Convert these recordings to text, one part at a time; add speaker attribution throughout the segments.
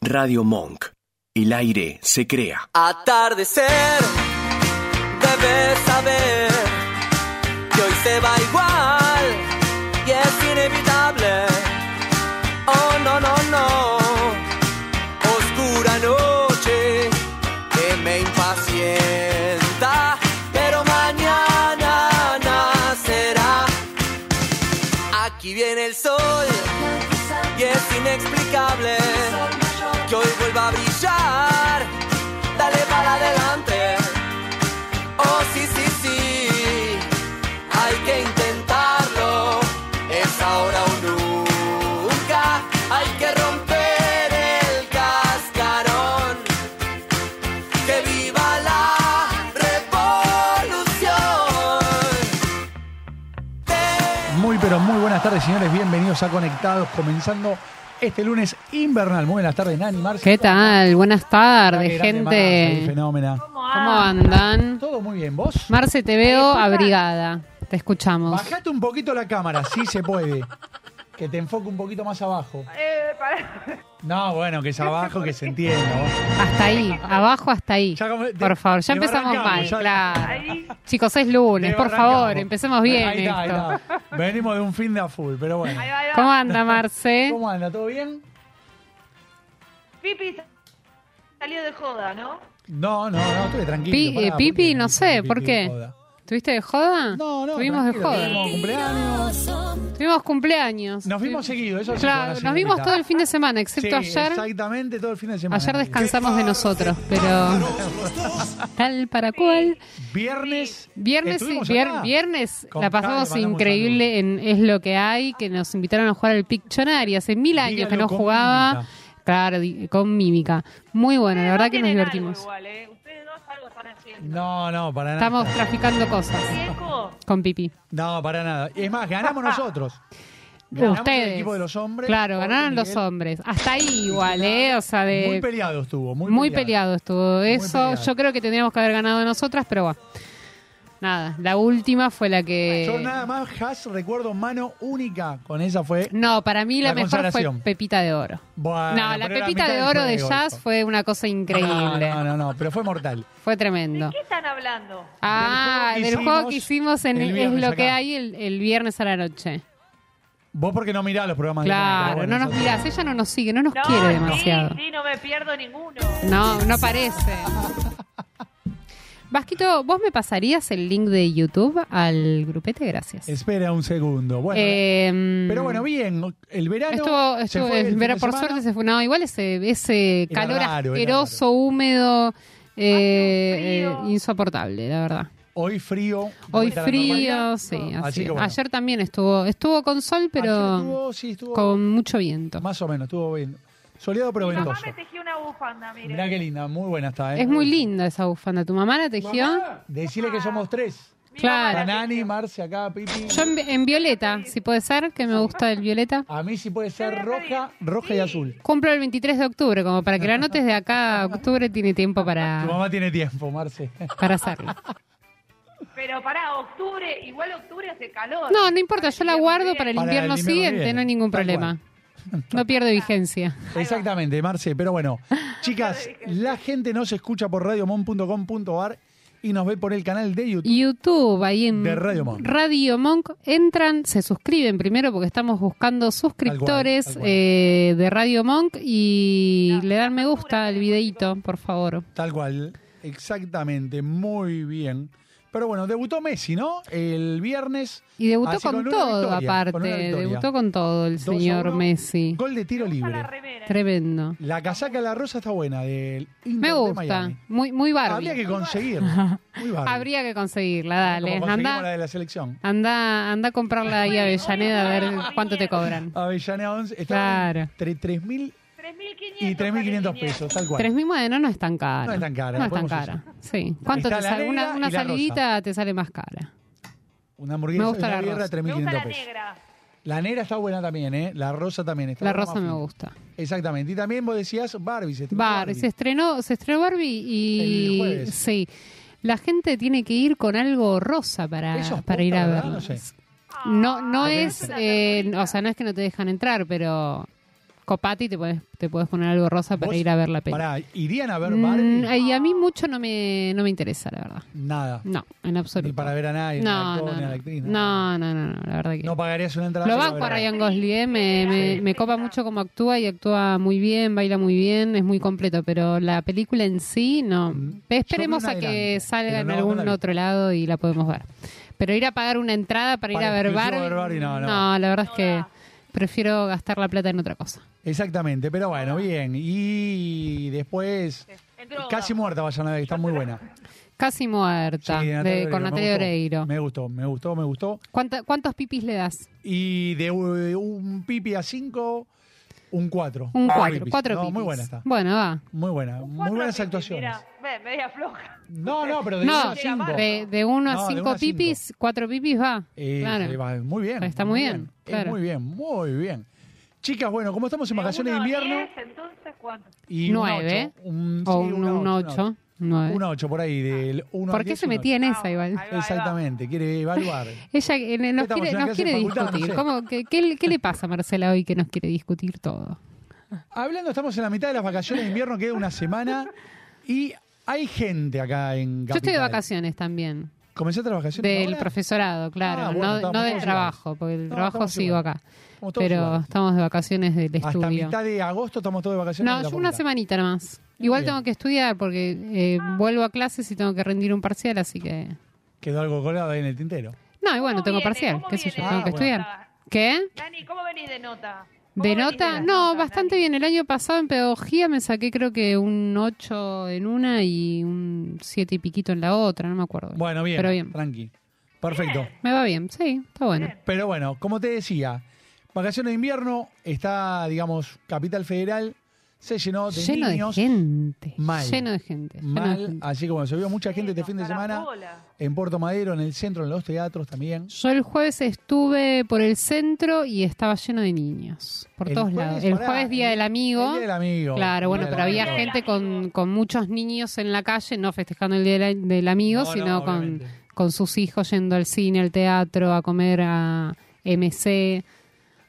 Speaker 1: Radio Monk. El aire se crea.
Speaker 2: Atardecer, debes saber que hoy se va igual y es inevitable. Oh no, no, no, oscura noche que me impacienta, pero mañana nacerá. Aquí viene el sol y es inexplicable que hoy vuelva a brillar. Dale para adelante. Oh, sí, sí, sí. Hay que intentarlo. Es ahora o nunca. Hay que romper el cascarón. Que viva la revolución.
Speaker 3: Muy pero muy buenas tardes, señores. Bienvenidos a Conectados, comenzando este lunes invernal. Muy buenas tardes, Nani, Marcia.
Speaker 4: ¿Qué tal? Buenas
Speaker 3: Qué
Speaker 4: tardes,
Speaker 3: grande Marce, qué
Speaker 4: gente.
Speaker 3: fenómena.
Speaker 4: ¿Cómo andan?
Speaker 3: Todo muy bien, vos.
Speaker 4: Marce, te veo abrigada. Te escuchamos.
Speaker 3: Bajate un poquito la cámara, si se puede. Que te enfoque un poquito más abajo.
Speaker 5: Eh, pará.
Speaker 3: No, bueno, que es abajo, que se entienda. vos.
Speaker 4: Hasta ahí, abajo hasta ahí.
Speaker 3: Ya como- de-
Speaker 4: Por favor, ya
Speaker 3: de
Speaker 4: empezamos
Speaker 3: barrancamos,
Speaker 4: mal,
Speaker 3: ya-
Speaker 4: claro.
Speaker 5: Ahí.
Speaker 4: Chicos, es lunes,
Speaker 3: De
Speaker 4: por
Speaker 3: barrancamos.
Speaker 4: favor, empecemos bien
Speaker 3: Ahí está, ahí
Speaker 4: esto.
Speaker 3: está. Venimos de un fin de a full, pero bueno.
Speaker 5: Ahí va, ahí va.
Speaker 4: ¿Cómo anda, Marce?
Speaker 3: ¿Cómo anda? ¿Todo bien?
Speaker 5: Pipi sa- salió de joda, ¿no?
Speaker 3: No, no, no, estoy tranquilo.
Speaker 4: Pi-
Speaker 3: pará,
Speaker 4: eh, Pipi,
Speaker 3: ¿por qué?
Speaker 4: no sé, ¿por
Speaker 3: Pipi,
Speaker 4: qué?
Speaker 3: joda.
Speaker 4: ¿Tuviste de joda?
Speaker 3: No, no.
Speaker 4: Tuvimos de
Speaker 3: tranquilo,
Speaker 4: joda.
Speaker 3: Tuvimos cumpleaños.
Speaker 4: Tuvimos cumpleaños.
Speaker 3: Nos vimos seguido, eso sí fue
Speaker 4: Claro,
Speaker 3: una
Speaker 4: nos vimos
Speaker 3: señorita.
Speaker 4: todo el fin de semana, excepto
Speaker 3: Sí,
Speaker 4: ayer.
Speaker 3: Exactamente, todo el fin de semana.
Speaker 4: Ayer descansamos de nosotros, pero tal para cual.
Speaker 3: Viernes.
Speaker 4: Viernes,
Speaker 3: estuvimos
Speaker 4: vier-
Speaker 3: acá.
Speaker 4: viernes
Speaker 3: Con
Speaker 4: la
Speaker 3: Jade,
Speaker 4: pasamos
Speaker 3: mandamos un
Speaker 4: increíble en Es lo que hay, que nos invitaron a jugar al Pictionary. Hace mil años que
Speaker 3: Dígalo
Speaker 4: no
Speaker 3: con
Speaker 4: jugaba.
Speaker 3: mímica.
Speaker 4: Claro, di- con mímica. Muy bueno,
Speaker 5: Ustedes
Speaker 4: la verdad
Speaker 5: no
Speaker 4: que nos
Speaker 5: tienen
Speaker 4: divertimos.
Speaker 5: algo igual, ¿eh? Ustedes dos algo están haciendo.
Speaker 3: No, no, para nada.
Speaker 4: Estamos traficando cosas
Speaker 5: Viejo,
Speaker 4: con Pipi.
Speaker 3: No, para nada. Es más, ganamos nosotros. Ganamos el
Speaker 4: Ustedes.
Speaker 3: equipo de los hombres.
Speaker 4: Claro,
Speaker 3: Jorge,
Speaker 4: ganaron los
Speaker 3: Miguel.
Speaker 4: hombres. Hasta ahí igual, ¿eh? O sea, de.
Speaker 3: Muy peleado estuvo. Muy,
Speaker 4: Muy peleado estuvo eso.
Speaker 3: peleado.
Speaker 4: Yo creo que tendríamos que haber ganado nosotras, pero bueno. Nada, la última fue la que.
Speaker 3: Ah, Yo nada más, Has, recuerdo mano única. Con esa fue.
Speaker 4: No, para mí la,
Speaker 3: La
Speaker 4: mejor fue
Speaker 3: consagración.
Speaker 4: Pepita de Oro.
Speaker 3: Bueno,
Speaker 4: no, la
Speaker 3: pero
Speaker 4: Pepita
Speaker 3: era mitad
Speaker 4: de
Speaker 3: del
Speaker 4: Oro de
Speaker 3: juego
Speaker 4: Jazz
Speaker 3: eso.
Speaker 4: fue una cosa increíble.
Speaker 3: No, no, no, no, pero fue mortal.
Speaker 4: Fue
Speaker 5: ¿de
Speaker 4: tremendo.
Speaker 5: qué están hablando?
Speaker 4: Ah,
Speaker 3: que
Speaker 4: del juego que
Speaker 3: hicimos
Speaker 4: hicimos en
Speaker 3: el
Speaker 4: Es
Speaker 3: viernes
Speaker 4: lo que
Speaker 3: acá.
Speaker 4: hay el, el viernes a la noche.
Speaker 3: Vos porque no mirás los programas
Speaker 4: Claro,
Speaker 3: de
Speaker 4: no nos mirás, ella no nos sigue, no nos
Speaker 5: No,
Speaker 4: quiere demasiado.
Speaker 5: Sí, sí, no me pierdo ninguno.
Speaker 4: No, no parece. Vasquito, ¿vos me pasarías el link de YouTube al grupete? Gracias.
Speaker 3: Espera un segundo. Bueno,
Speaker 4: Eh,
Speaker 3: Pero bueno, bien, el verano.
Speaker 4: Estuvo,
Speaker 3: se
Speaker 4: estuvo-
Speaker 3: fue el
Speaker 4: el
Speaker 3: fin
Speaker 4: vera-
Speaker 3: de
Speaker 4: por
Speaker 3: semana.
Speaker 4: suerte se fue. No, igual ese, ese
Speaker 3: Era
Speaker 4: calor
Speaker 3: raro, era
Speaker 4: asqueroso, húmedo, eh,
Speaker 5: Hace un
Speaker 4: eh,
Speaker 5: frío.
Speaker 4: insoportable, la verdad.
Speaker 3: Hoy frío.
Speaker 4: Hoy
Speaker 3: vuelta a la
Speaker 4: frío,
Speaker 3: normalidad. Ah,
Speaker 4: sí. Así.
Speaker 3: Así que bueno.
Speaker 4: Ayer también estuvo, estuvo con sol, pero
Speaker 3: Ayer estuvo, sí, estuvo
Speaker 4: con mucho viento.
Speaker 3: más o menos, estuvo bien. Soleado pero
Speaker 5: Mi mamá
Speaker 3: ventoso.
Speaker 5: me tejió una bufanda, mire.
Speaker 3: Mirá qué linda, muy buena está, ¿eh?
Speaker 4: eh. Es muy linda esa bufanda. ¿Tu mamá la tejió?
Speaker 3: Decirle que somos tres.
Speaker 5: Mi mamá
Speaker 4: claro.
Speaker 5: la
Speaker 3: Nani, Marcia, acá, Pipi.
Speaker 4: Yo en, en violeta, si puede ser, que me gusta el violeta.
Speaker 3: A mí sí puede ser
Speaker 5: Yo voy a pedir.
Speaker 3: roja, roja y
Speaker 5: Sí.
Speaker 3: azul.
Speaker 4: Cumplo el 23 de octubre, como para que la notes de acá a octubre tiene tiempo
Speaker 3: Tu
Speaker 4: para,
Speaker 3: mamá tiene tiempo, Marce.
Speaker 4: para hacerlo.
Speaker 5: tejió. Pero pará, octubre, igual octubre hace calor.
Speaker 4: No, no importa, yo la guardo para el
Speaker 3: Para el
Speaker 4: invierno
Speaker 3: invierno que
Speaker 4: siguiente,
Speaker 3: viene.
Speaker 4: no hay ningún
Speaker 3: Tal
Speaker 4: problema. No pierde vigencia.
Speaker 3: Exactamente, Marce. Pero bueno, chicas, la gente nos escucha por radiomon.com.ar y nos ve por el canal de YouTube.
Speaker 4: YouTube, ahí en
Speaker 3: De Radio Monk.
Speaker 4: Radio Monk, entran, se suscriben primero porque estamos buscando suscriptores
Speaker 3: Tal cual, tal cual.
Speaker 4: eh, de Radio Monk y le dan me gusta al videíto, por favor.
Speaker 3: Tal cual, exactamente, muy bien. Pero bueno, debutó Messi, ¿no? El viernes.
Speaker 4: Y debutó
Speaker 3: Así,
Speaker 4: con,
Speaker 3: Ah, una
Speaker 4: todo,
Speaker 3: victoria,
Speaker 4: aparte,
Speaker 3: con una victoria.
Speaker 4: debutó con todo el
Speaker 3: 2 a
Speaker 4: señor
Speaker 3: 1,
Speaker 4: Messi.
Speaker 3: Gol de tiro
Speaker 5: Usa la
Speaker 3: libre.
Speaker 5: remera.
Speaker 4: Tremendo.
Speaker 3: La casaca de la rosa está buena del Inter
Speaker 4: Me
Speaker 3: de
Speaker 4: gusta,
Speaker 3: Miami.
Speaker 4: muy, muy
Speaker 3: Habría
Speaker 4: Barbie.
Speaker 3: que conseguir. Muy Barbie.
Speaker 4: Habría que conseguirla,
Speaker 3: Como
Speaker 4: dale.
Speaker 3: conseguimos la
Speaker 4: Anda,
Speaker 3: de la selección.
Speaker 4: anda, anda a comprarla ahí a Avellaneda a ver cuánto te cobran.
Speaker 3: Avellaneda 11 está
Speaker 4: Claro.
Speaker 3: entre 3.000
Speaker 5: 3.500.
Speaker 3: y 3.500
Speaker 5: sale,
Speaker 3: pesos, tal cual.
Speaker 4: 3.000 bueno, no es tan cara.
Speaker 3: No es tan cara,
Speaker 4: No
Speaker 3: la
Speaker 4: es tan
Speaker 3: podemos
Speaker 4: cara. Sí. ¿Cuánto
Speaker 3: Está
Speaker 4: te
Speaker 3: la
Speaker 4: sale? Una,
Speaker 3: negra
Speaker 4: una
Speaker 3: y la
Speaker 4: salidita te sale más cara.
Speaker 3: Una hamburguesa
Speaker 4: Me gusta
Speaker 3: de
Speaker 4: la
Speaker 3: birra,
Speaker 4: rosa.
Speaker 5: Me gusta
Speaker 3: 3.500
Speaker 5: la
Speaker 3: pesos.
Speaker 5: negra.
Speaker 3: La negra está buena también, ¿eh? La rosa también está
Speaker 4: La
Speaker 3: buena,
Speaker 4: rosa
Speaker 3: más
Speaker 4: me
Speaker 3: fina.
Speaker 4: gusta.
Speaker 3: Exactamente. Y también vos decías Barbie. se estrenó
Speaker 4: Barbie. Se estrenó, se estrenó Barbie
Speaker 3: El
Speaker 4: y.
Speaker 3: jueves.
Speaker 4: sí. La gente tiene que ir con algo rosa para,
Speaker 3: Eso es
Speaker 4: para ir
Speaker 3: posta,
Speaker 4: a
Speaker 3: ¿verdad?
Speaker 4: verla.
Speaker 3: No sé.
Speaker 4: No, no
Speaker 3: Porque-
Speaker 4: es. eh, o sea, no es que no te dejan entrar, pero. Copati te puedes, te puedes poner algo rosa para
Speaker 3: ¿Vos?
Speaker 4: ir a ver la peli.
Speaker 3: Pará, ¿irían a ver Barbie?
Speaker 4: Mm, y a mí mucho no me, no me interesa, la verdad.
Speaker 3: Nada.
Speaker 4: No, en absoluto.
Speaker 3: Ni para ver a nadie, ni al
Speaker 4: no,
Speaker 3: actor,
Speaker 4: no,
Speaker 3: ni a
Speaker 4: no.
Speaker 3: la actriz.
Speaker 4: No, no, no, no, la verdad que.
Speaker 3: No pagarías una entrada.
Speaker 4: Lo
Speaker 3: solo
Speaker 4: banco a
Speaker 3: ver
Speaker 4: Ryan Gosling, eh, me, me- me copa mucho cómo actúa y actúa muy bien, baila muy bien, es muy completo, pero la película en sí, no.
Speaker 3: Mm.
Speaker 4: Esperemos
Speaker 3: Yo vi
Speaker 4: a
Speaker 3: un
Speaker 4: que
Speaker 3: adelanto,
Speaker 4: salga
Speaker 3: pero
Speaker 4: en
Speaker 3: no,
Speaker 4: algún
Speaker 3: no la vi.
Speaker 4: otro lado y la podemos ver. Pero ir a pagar una entrada para, ir
Speaker 3: Para
Speaker 4: a ver
Speaker 3: exclusivo
Speaker 4: Barbie,
Speaker 3: ver Barbie, no, no.
Speaker 4: la verdad es que prefiero gastar la plata en otra cosa.
Speaker 3: Exactamente, pero bueno, bien. Y después,
Speaker 5: Entró.
Speaker 3: Casi Muerta vayan a ver, está muy buena.
Speaker 4: Casi muerta,
Speaker 3: Sí, de
Speaker 4: de-
Speaker 3: Natalia Oreiro,
Speaker 4: con
Speaker 3: me
Speaker 4: Natalia
Speaker 3: gustó.
Speaker 4: Oreiro.
Speaker 3: Me gustó, me gustó, me gustó.
Speaker 4: ¿Cuánta- ¿Cuántos pipis le das?
Speaker 3: Y de eh, un pipi a 5, un 4.
Speaker 4: Un cuatro, cuatro
Speaker 3: no,
Speaker 4: pipis.
Speaker 3: Muy buena está.
Speaker 4: Bueno, va.
Speaker 3: Muy buena, muy
Speaker 5: Cuatro
Speaker 3: buenas
Speaker 5: pipis,
Speaker 3: actuaciones.
Speaker 5: Mira, me- media floja.
Speaker 3: No, no, pero de
Speaker 4: No,
Speaker 3: 1 a 5.
Speaker 4: De, de uno
Speaker 3: No,
Speaker 4: a
Speaker 3: de
Speaker 4: cinco
Speaker 3: uno a cinco.
Speaker 4: pipis, cuatro pipis va.
Speaker 3: Eh,
Speaker 4: claro.
Speaker 3: ahí va, Muy bien.
Speaker 4: Está muy bien,
Speaker 3: Eh,
Speaker 4: claro.
Speaker 3: Muy bien, muy bien. Chicas, bueno, como estamos en
Speaker 5: De
Speaker 3: vacaciones de
Speaker 5: uno a
Speaker 3: invierno.
Speaker 5: diez, entonces, ¿cuánto?
Speaker 3: Y
Speaker 4: Nueve.
Speaker 3: Un 8.
Speaker 4: O un, un ocho, nueve.
Speaker 3: 1 8, por ahí, del 1
Speaker 4: ¿Por qué se metía en esa igual?
Speaker 5: Ahí va, ahí va.
Speaker 3: Exactamente, quiere evaluar.
Speaker 4: Ella eh, nos
Speaker 3: Estamos en
Speaker 4: quiere,
Speaker 3: la
Speaker 4: nos
Speaker 3: clase
Speaker 4: quiere
Speaker 3: de facultad, no
Speaker 4: discutir.
Speaker 3: sé.
Speaker 4: ¿Cómo? ¿Qué, qué, qué le pasa a Marcela hoy que nos quiere discutir todo?
Speaker 3: Hablando, estamos en la mitad de las vacaciones de invierno, queda una semana y hay gente acá en
Speaker 4: Yo estoy de
Speaker 3: Capital.
Speaker 4: vacaciones también,
Speaker 3: ¿Comenzaste las vacaciones?
Speaker 4: del
Speaker 3: ahora?
Speaker 4: profesorado, claro,
Speaker 3: Ah, bueno,
Speaker 4: no- no,
Speaker 3: estamos
Speaker 4: del
Speaker 3: todos
Speaker 4: trabajo, porque el
Speaker 3: No,
Speaker 4: trabajo
Speaker 3: estamos
Speaker 4: sigo
Speaker 3: iguales.
Speaker 4: acá.
Speaker 3: Estamos todos
Speaker 4: Pero
Speaker 3: iguales.
Speaker 4: estamos de vacaciones del
Speaker 3: Hasta
Speaker 4: estudio.
Speaker 3: mitad de agosto estamos todos de vacaciones.
Speaker 4: No,
Speaker 3: en la
Speaker 4: yo una
Speaker 3: facultad.
Speaker 4: semanita nomás. Igual
Speaker 3: Bien.
Speaker 4: tengo que estudiar porque eh,
Speaker 5: Ah.
Speaker 4: vuelvo a clases y tengo que rendir un parcial, así que...
Speaker 3: Quedó algo colado ahí en el tintero.
Speaker 4: No, y bueno,
Speaker 5: ¿Cómo
Speaker 4: tengo
Speaker 5: viene?
Speaker 4: parcial,
Speaker 5: ¿Cómo
Speaker 4: qué sé yo,
Speaker 5: viene?
Speaker 4: tengo que
Speaker 3: Ah, bueno.
Speaker 4: estudiar. ¿Qué?
Speaker 5: Dani, ¿cómo venís de nota? ¿Cómo
Speaker 4: ¿De
Speaker 5: venís
Speaker 4: nota?
Speaker 5: las
Speaker 4: No,
Speaker 5: notas,
Speaker 4: bastante
Speaker 5: Dani?
Speaker 4: bien. El año pasado en pedagogía me saqué creo que un 8 en una y un 7 y piquito en la otra, no me acuerdo.
Speaker 3: Bueno, bien,
Speaker 4: Pero bien.
Speaker 3: tranqui. Perfecto.
Speaker 4: Me va bien, sí, está bueno.
Speaker 3: Pero bueno, como te decía, vacaciones de invierno está, digamos, Capital Federal, se llenó de
Speaker 4: Lleno de
Speaker 3: niños.
Speaker 4: gente.
Speaker 3: Mal.
Speaker 4: Lleno de gente. lleno de
Speaker 3: Mal,
Speaker 4: gente.
Speaker 3: así como se vio mucha gente este
Speaker 5: Bueno,
Speaker 3: fin de semana
Speaker 5: caracola.
Speaker 3: en Puerto Madero, en el centro, en los teatros también.
Speaker 4: Yo el jueves estuve por el centro y estaba lleno de niños. Por
Speaker 3: El
Speaker 4: todos
Speaker 3: jueves,
Speaker 4: lados. El
Speaker 3: pará,
Speaker 4: jueves Día
Speaker 3: el-
Speaker 4: del Amigo.
Speaker 3: El Día del Amigo.
Speaker 4: Claro, bueno,
Speaker 3: Día
Speaker 4: pero
Speaker 3: del
Speaker 4: había
Speaker 3: Amigo.
Speaker 4: gente con, con muchos niños en la calle, no festejando el Día del, del Amigo,
Speaker 3: No, no,
Speaker 4: sino con,
Speaker 3: obviamente.
Speaker 4: con sus hijos yendo al cine, al teatro, a comer a MC.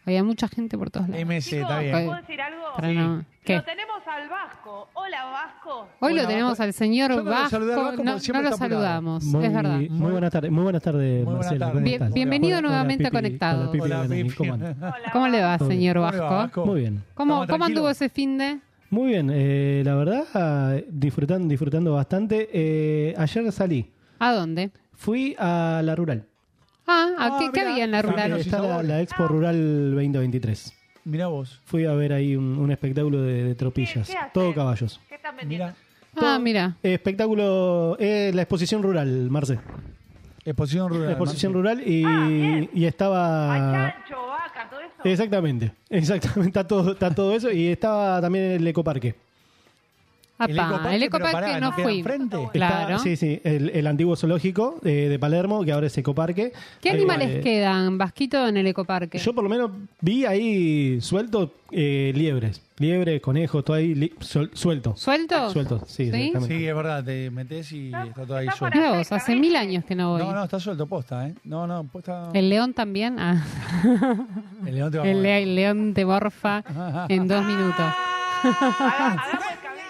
Speaker 4: Había mucha gente por todos lados.
Speaker 3: MC,
Speaker 5: Chicos,
Speaker 3: está bien.
Speaker 5: ¿puedo decir algo?
Speaker 4: Para no- ¿Qué?
Speaker 5: Lo tenemos al Vasco. Hola, Vasco.
Speaker 4: Hoy
Speaker 3: Hola,
Speaker 4: lo tenemos
Speaker 3: Vasco.
Speaker 4: al señor
Speaker 3: Yo no lo
Speaker 4: Vasco,
Speaker 3: saludé al Vasco
Speaker 4: no,
Speaker 3: porque siempre
Speaker 4: no lo
Speaker 3: está apurado.
Speaker 4: saludamos,
Speaker 6: Muy,
Speaker 4: es verdad.
Speaker 6: Muy buenas tardes, muy buenas tardes,
Speaker 3: Muy buenas
Speaker 6: Marcela.
Speaker 3: tardes.
Speaker 6: ¿cómo
Speaker 3: Bien-
Speaker 6: estás?
Speaker 4: bienvenido
Speaker 6: Hola,
Speaker 4: nuevamente a
Speaker 6: Pipi.
Speaker 4: Conectados.
Speaker 6: Hola, Pipi,
Speaker 3: Hola,
Speaker 6: Benani,
Speaker 3: Pipi.
Speaker 6: ¿cómo andas?
Speaker 5: Hola,
Speaker 4: ¿Cómo le va,
Speaker 6: Todo
Speaker 4: señor
Speaker 3: ¿Cómo le va,
Speaker 4: Vasco?
Speaker 3: Vasco?
Speaker 6: Muy bien.
Speaker 4: ¿Cómo,
Speaker 3: ¿Estamos
Speaker 4: ¿Cómo anduvo
Speaker 3: tranquilos?
Speaker 4: ese fin de?
Speaker 6: Muy bien, eh, la verdad, disfrutando, disfrutando bastante. Eh, ayer salí,
Speaker 4: ¿A dónde?
Speaker 6: fui a la rural.
Speaker 4: Ah, ¿a
Speaker 3: Ah,
Speaker 4: qué, qué
Speaker 3: mirá.
Speaker 4: había en la
Speaker 3: Ah,
Speaker 4: rural?
Speaker 3: mirá,
Speaker 6: Eh,
Speaker 3: sí.
Speaker 6: Está la, la
Speaker 5: Ah.
Speaker 6: Expo Rural 2023.
Speaker 3: Mirá vos.
Speaker 6: Fui a ver ahí un, un espectáculo de, de tropillas,
Speaker 5: ¿Qué- qué hacen?
Speaker 6: todo caballos.
Speaker 5: ¿Qué están vendiendo?
Speaker 3: Mirá.
Speaker 4: Ah, mira.
Speaker 6: Eh, Espectáculo, eh, la exposición rural, Marce.
Speaker 3: Exposición rural.
Speaker 6: La exposición
Speaker 3: Marce.
Speaker 6: rural y,
Speaker 5: Ah,
Speaker 6: y
Speaker 5: Ay,
Speaker 4: Ah.
Speaker 6: estaba...
Speaker 5: chancho, vaca, todo eso.
Speaker 6: Exactamente, exactamente, está todo, está todo eso y estaba también el ecoparque.
Speaker 3: El
Speaker 4: Apá,
Speaker 3: ecoparque,
Speaker 4: el
Speaker 3: pero
Speaker 4: Ecoparque
Speaker 3: pará,
Speaker 4: no
Speaker 3: ¿nos queda
Speaker 4: fui.
Speaker 3: enfrente?
Speaker 6: Está-
Speaker 4: Claro.
Speaker 6: sí, sí, el, el antiguo zoológico eh, de Palermo, que ahora es ecoparque.
Speaker 4: ¿Qué
Speaker 6: Eh,
Speaker 4: animales
Speaker 6: eh,
Speaker 4: quedan, Vasquito, en el ecoparque?
Speaker 6: Yo por lo menos vi ahí suelto eh, liebres, liebres, conejos, todo ahí li- sol- suelto.
Speaker 4: ¿Sueltos?
Speaker 6: Suelto, sí, exactamente.
Speaker 3: Sí, es verdad, te metes y está todo ahí
Speaker 5: está
Speaker 3: suelto.
Speaker 5: para-
Speaker 4: Mirá vos, hace mil años que no voy.
Speaker 3: No, no, está suelto posta, ¿eh? No, no, posta.
Speaker 4: El león también. Ah.
Speaker 3: El león te va a
Speaker 4: El,
Speaker 3: comer.
Speaker 4: le- el león te morfa en dos minutos.
Speaker 5: Haga- Hagamos el cabello.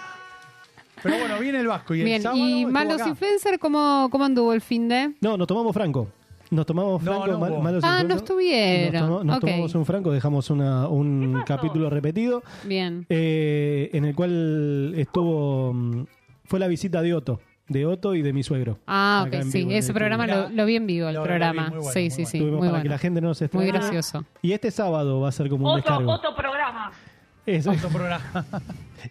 Speaker 3: Pero bueno, viene el Vasco y el
Speaker 4: Bien,
Speaker 3: sábado
Speaker 4: ¿y
Speaker 3: estuvo
Speaker 4: Malos
Speaker 3: acá.
Speaker 4: Influencer cómo, cómo anduvo el fin de?
Speaker 6: No, nos tomamos franco. Nos tomamos
Speaker 3: No,
Speaker 6: franco,
Speaker 3: no
Speaker 6: mal-
Speaker 3: hubo.
Speaker 6: malos
Speaker 4: Ah,
Speaker 6: encuentros.
Speaker 4: no estuvieron.
Speaker 6: Nos, tomo- nos
Speaker 4: Ok.
Speaker 6: tomamos un franco, dejamos una- un capítulo repetido,
Speaker 4: Bien.
Speaker 6: eh, en el cual estuvo... mm, Fue la visita de Otto, de Otto y de mi suegro.
Speaker 4: Ah,
Speaker 6: acá
Speaker 4: ok,
Speaker 6: en
Speaker 4: sí.
Speaker 6: vivo, en
Speaker 4: Ese
Speaker 6: el
Speaker 4: programa
Speaker 3: Mirá,
Speaker 4: lo, lo vi en vivo, el
Speaker 3: lo- lo vi,
Speaker 4: programa.
Speaker 3: muy bueno,
Speaker 4: sí,
Speaker 3: muy
Speaker 4: sí, sí,
Speaker 6: Estuvimos
Speaker 4: muy
Speaker 6: para que
Speaker 4: bueno.
Speaker 6: la gente no se
Speaker 4: Muy
Speaker 6: extrañe.
Speaker 4: gracioso.
Speaker 6: Y este sábado va a ser como un
Speaker 5: Otro,
Speaker 6: descargo.
Speaker 5: otro programa.
Speaker 6: Eso.
Speaker 3: Otro programa.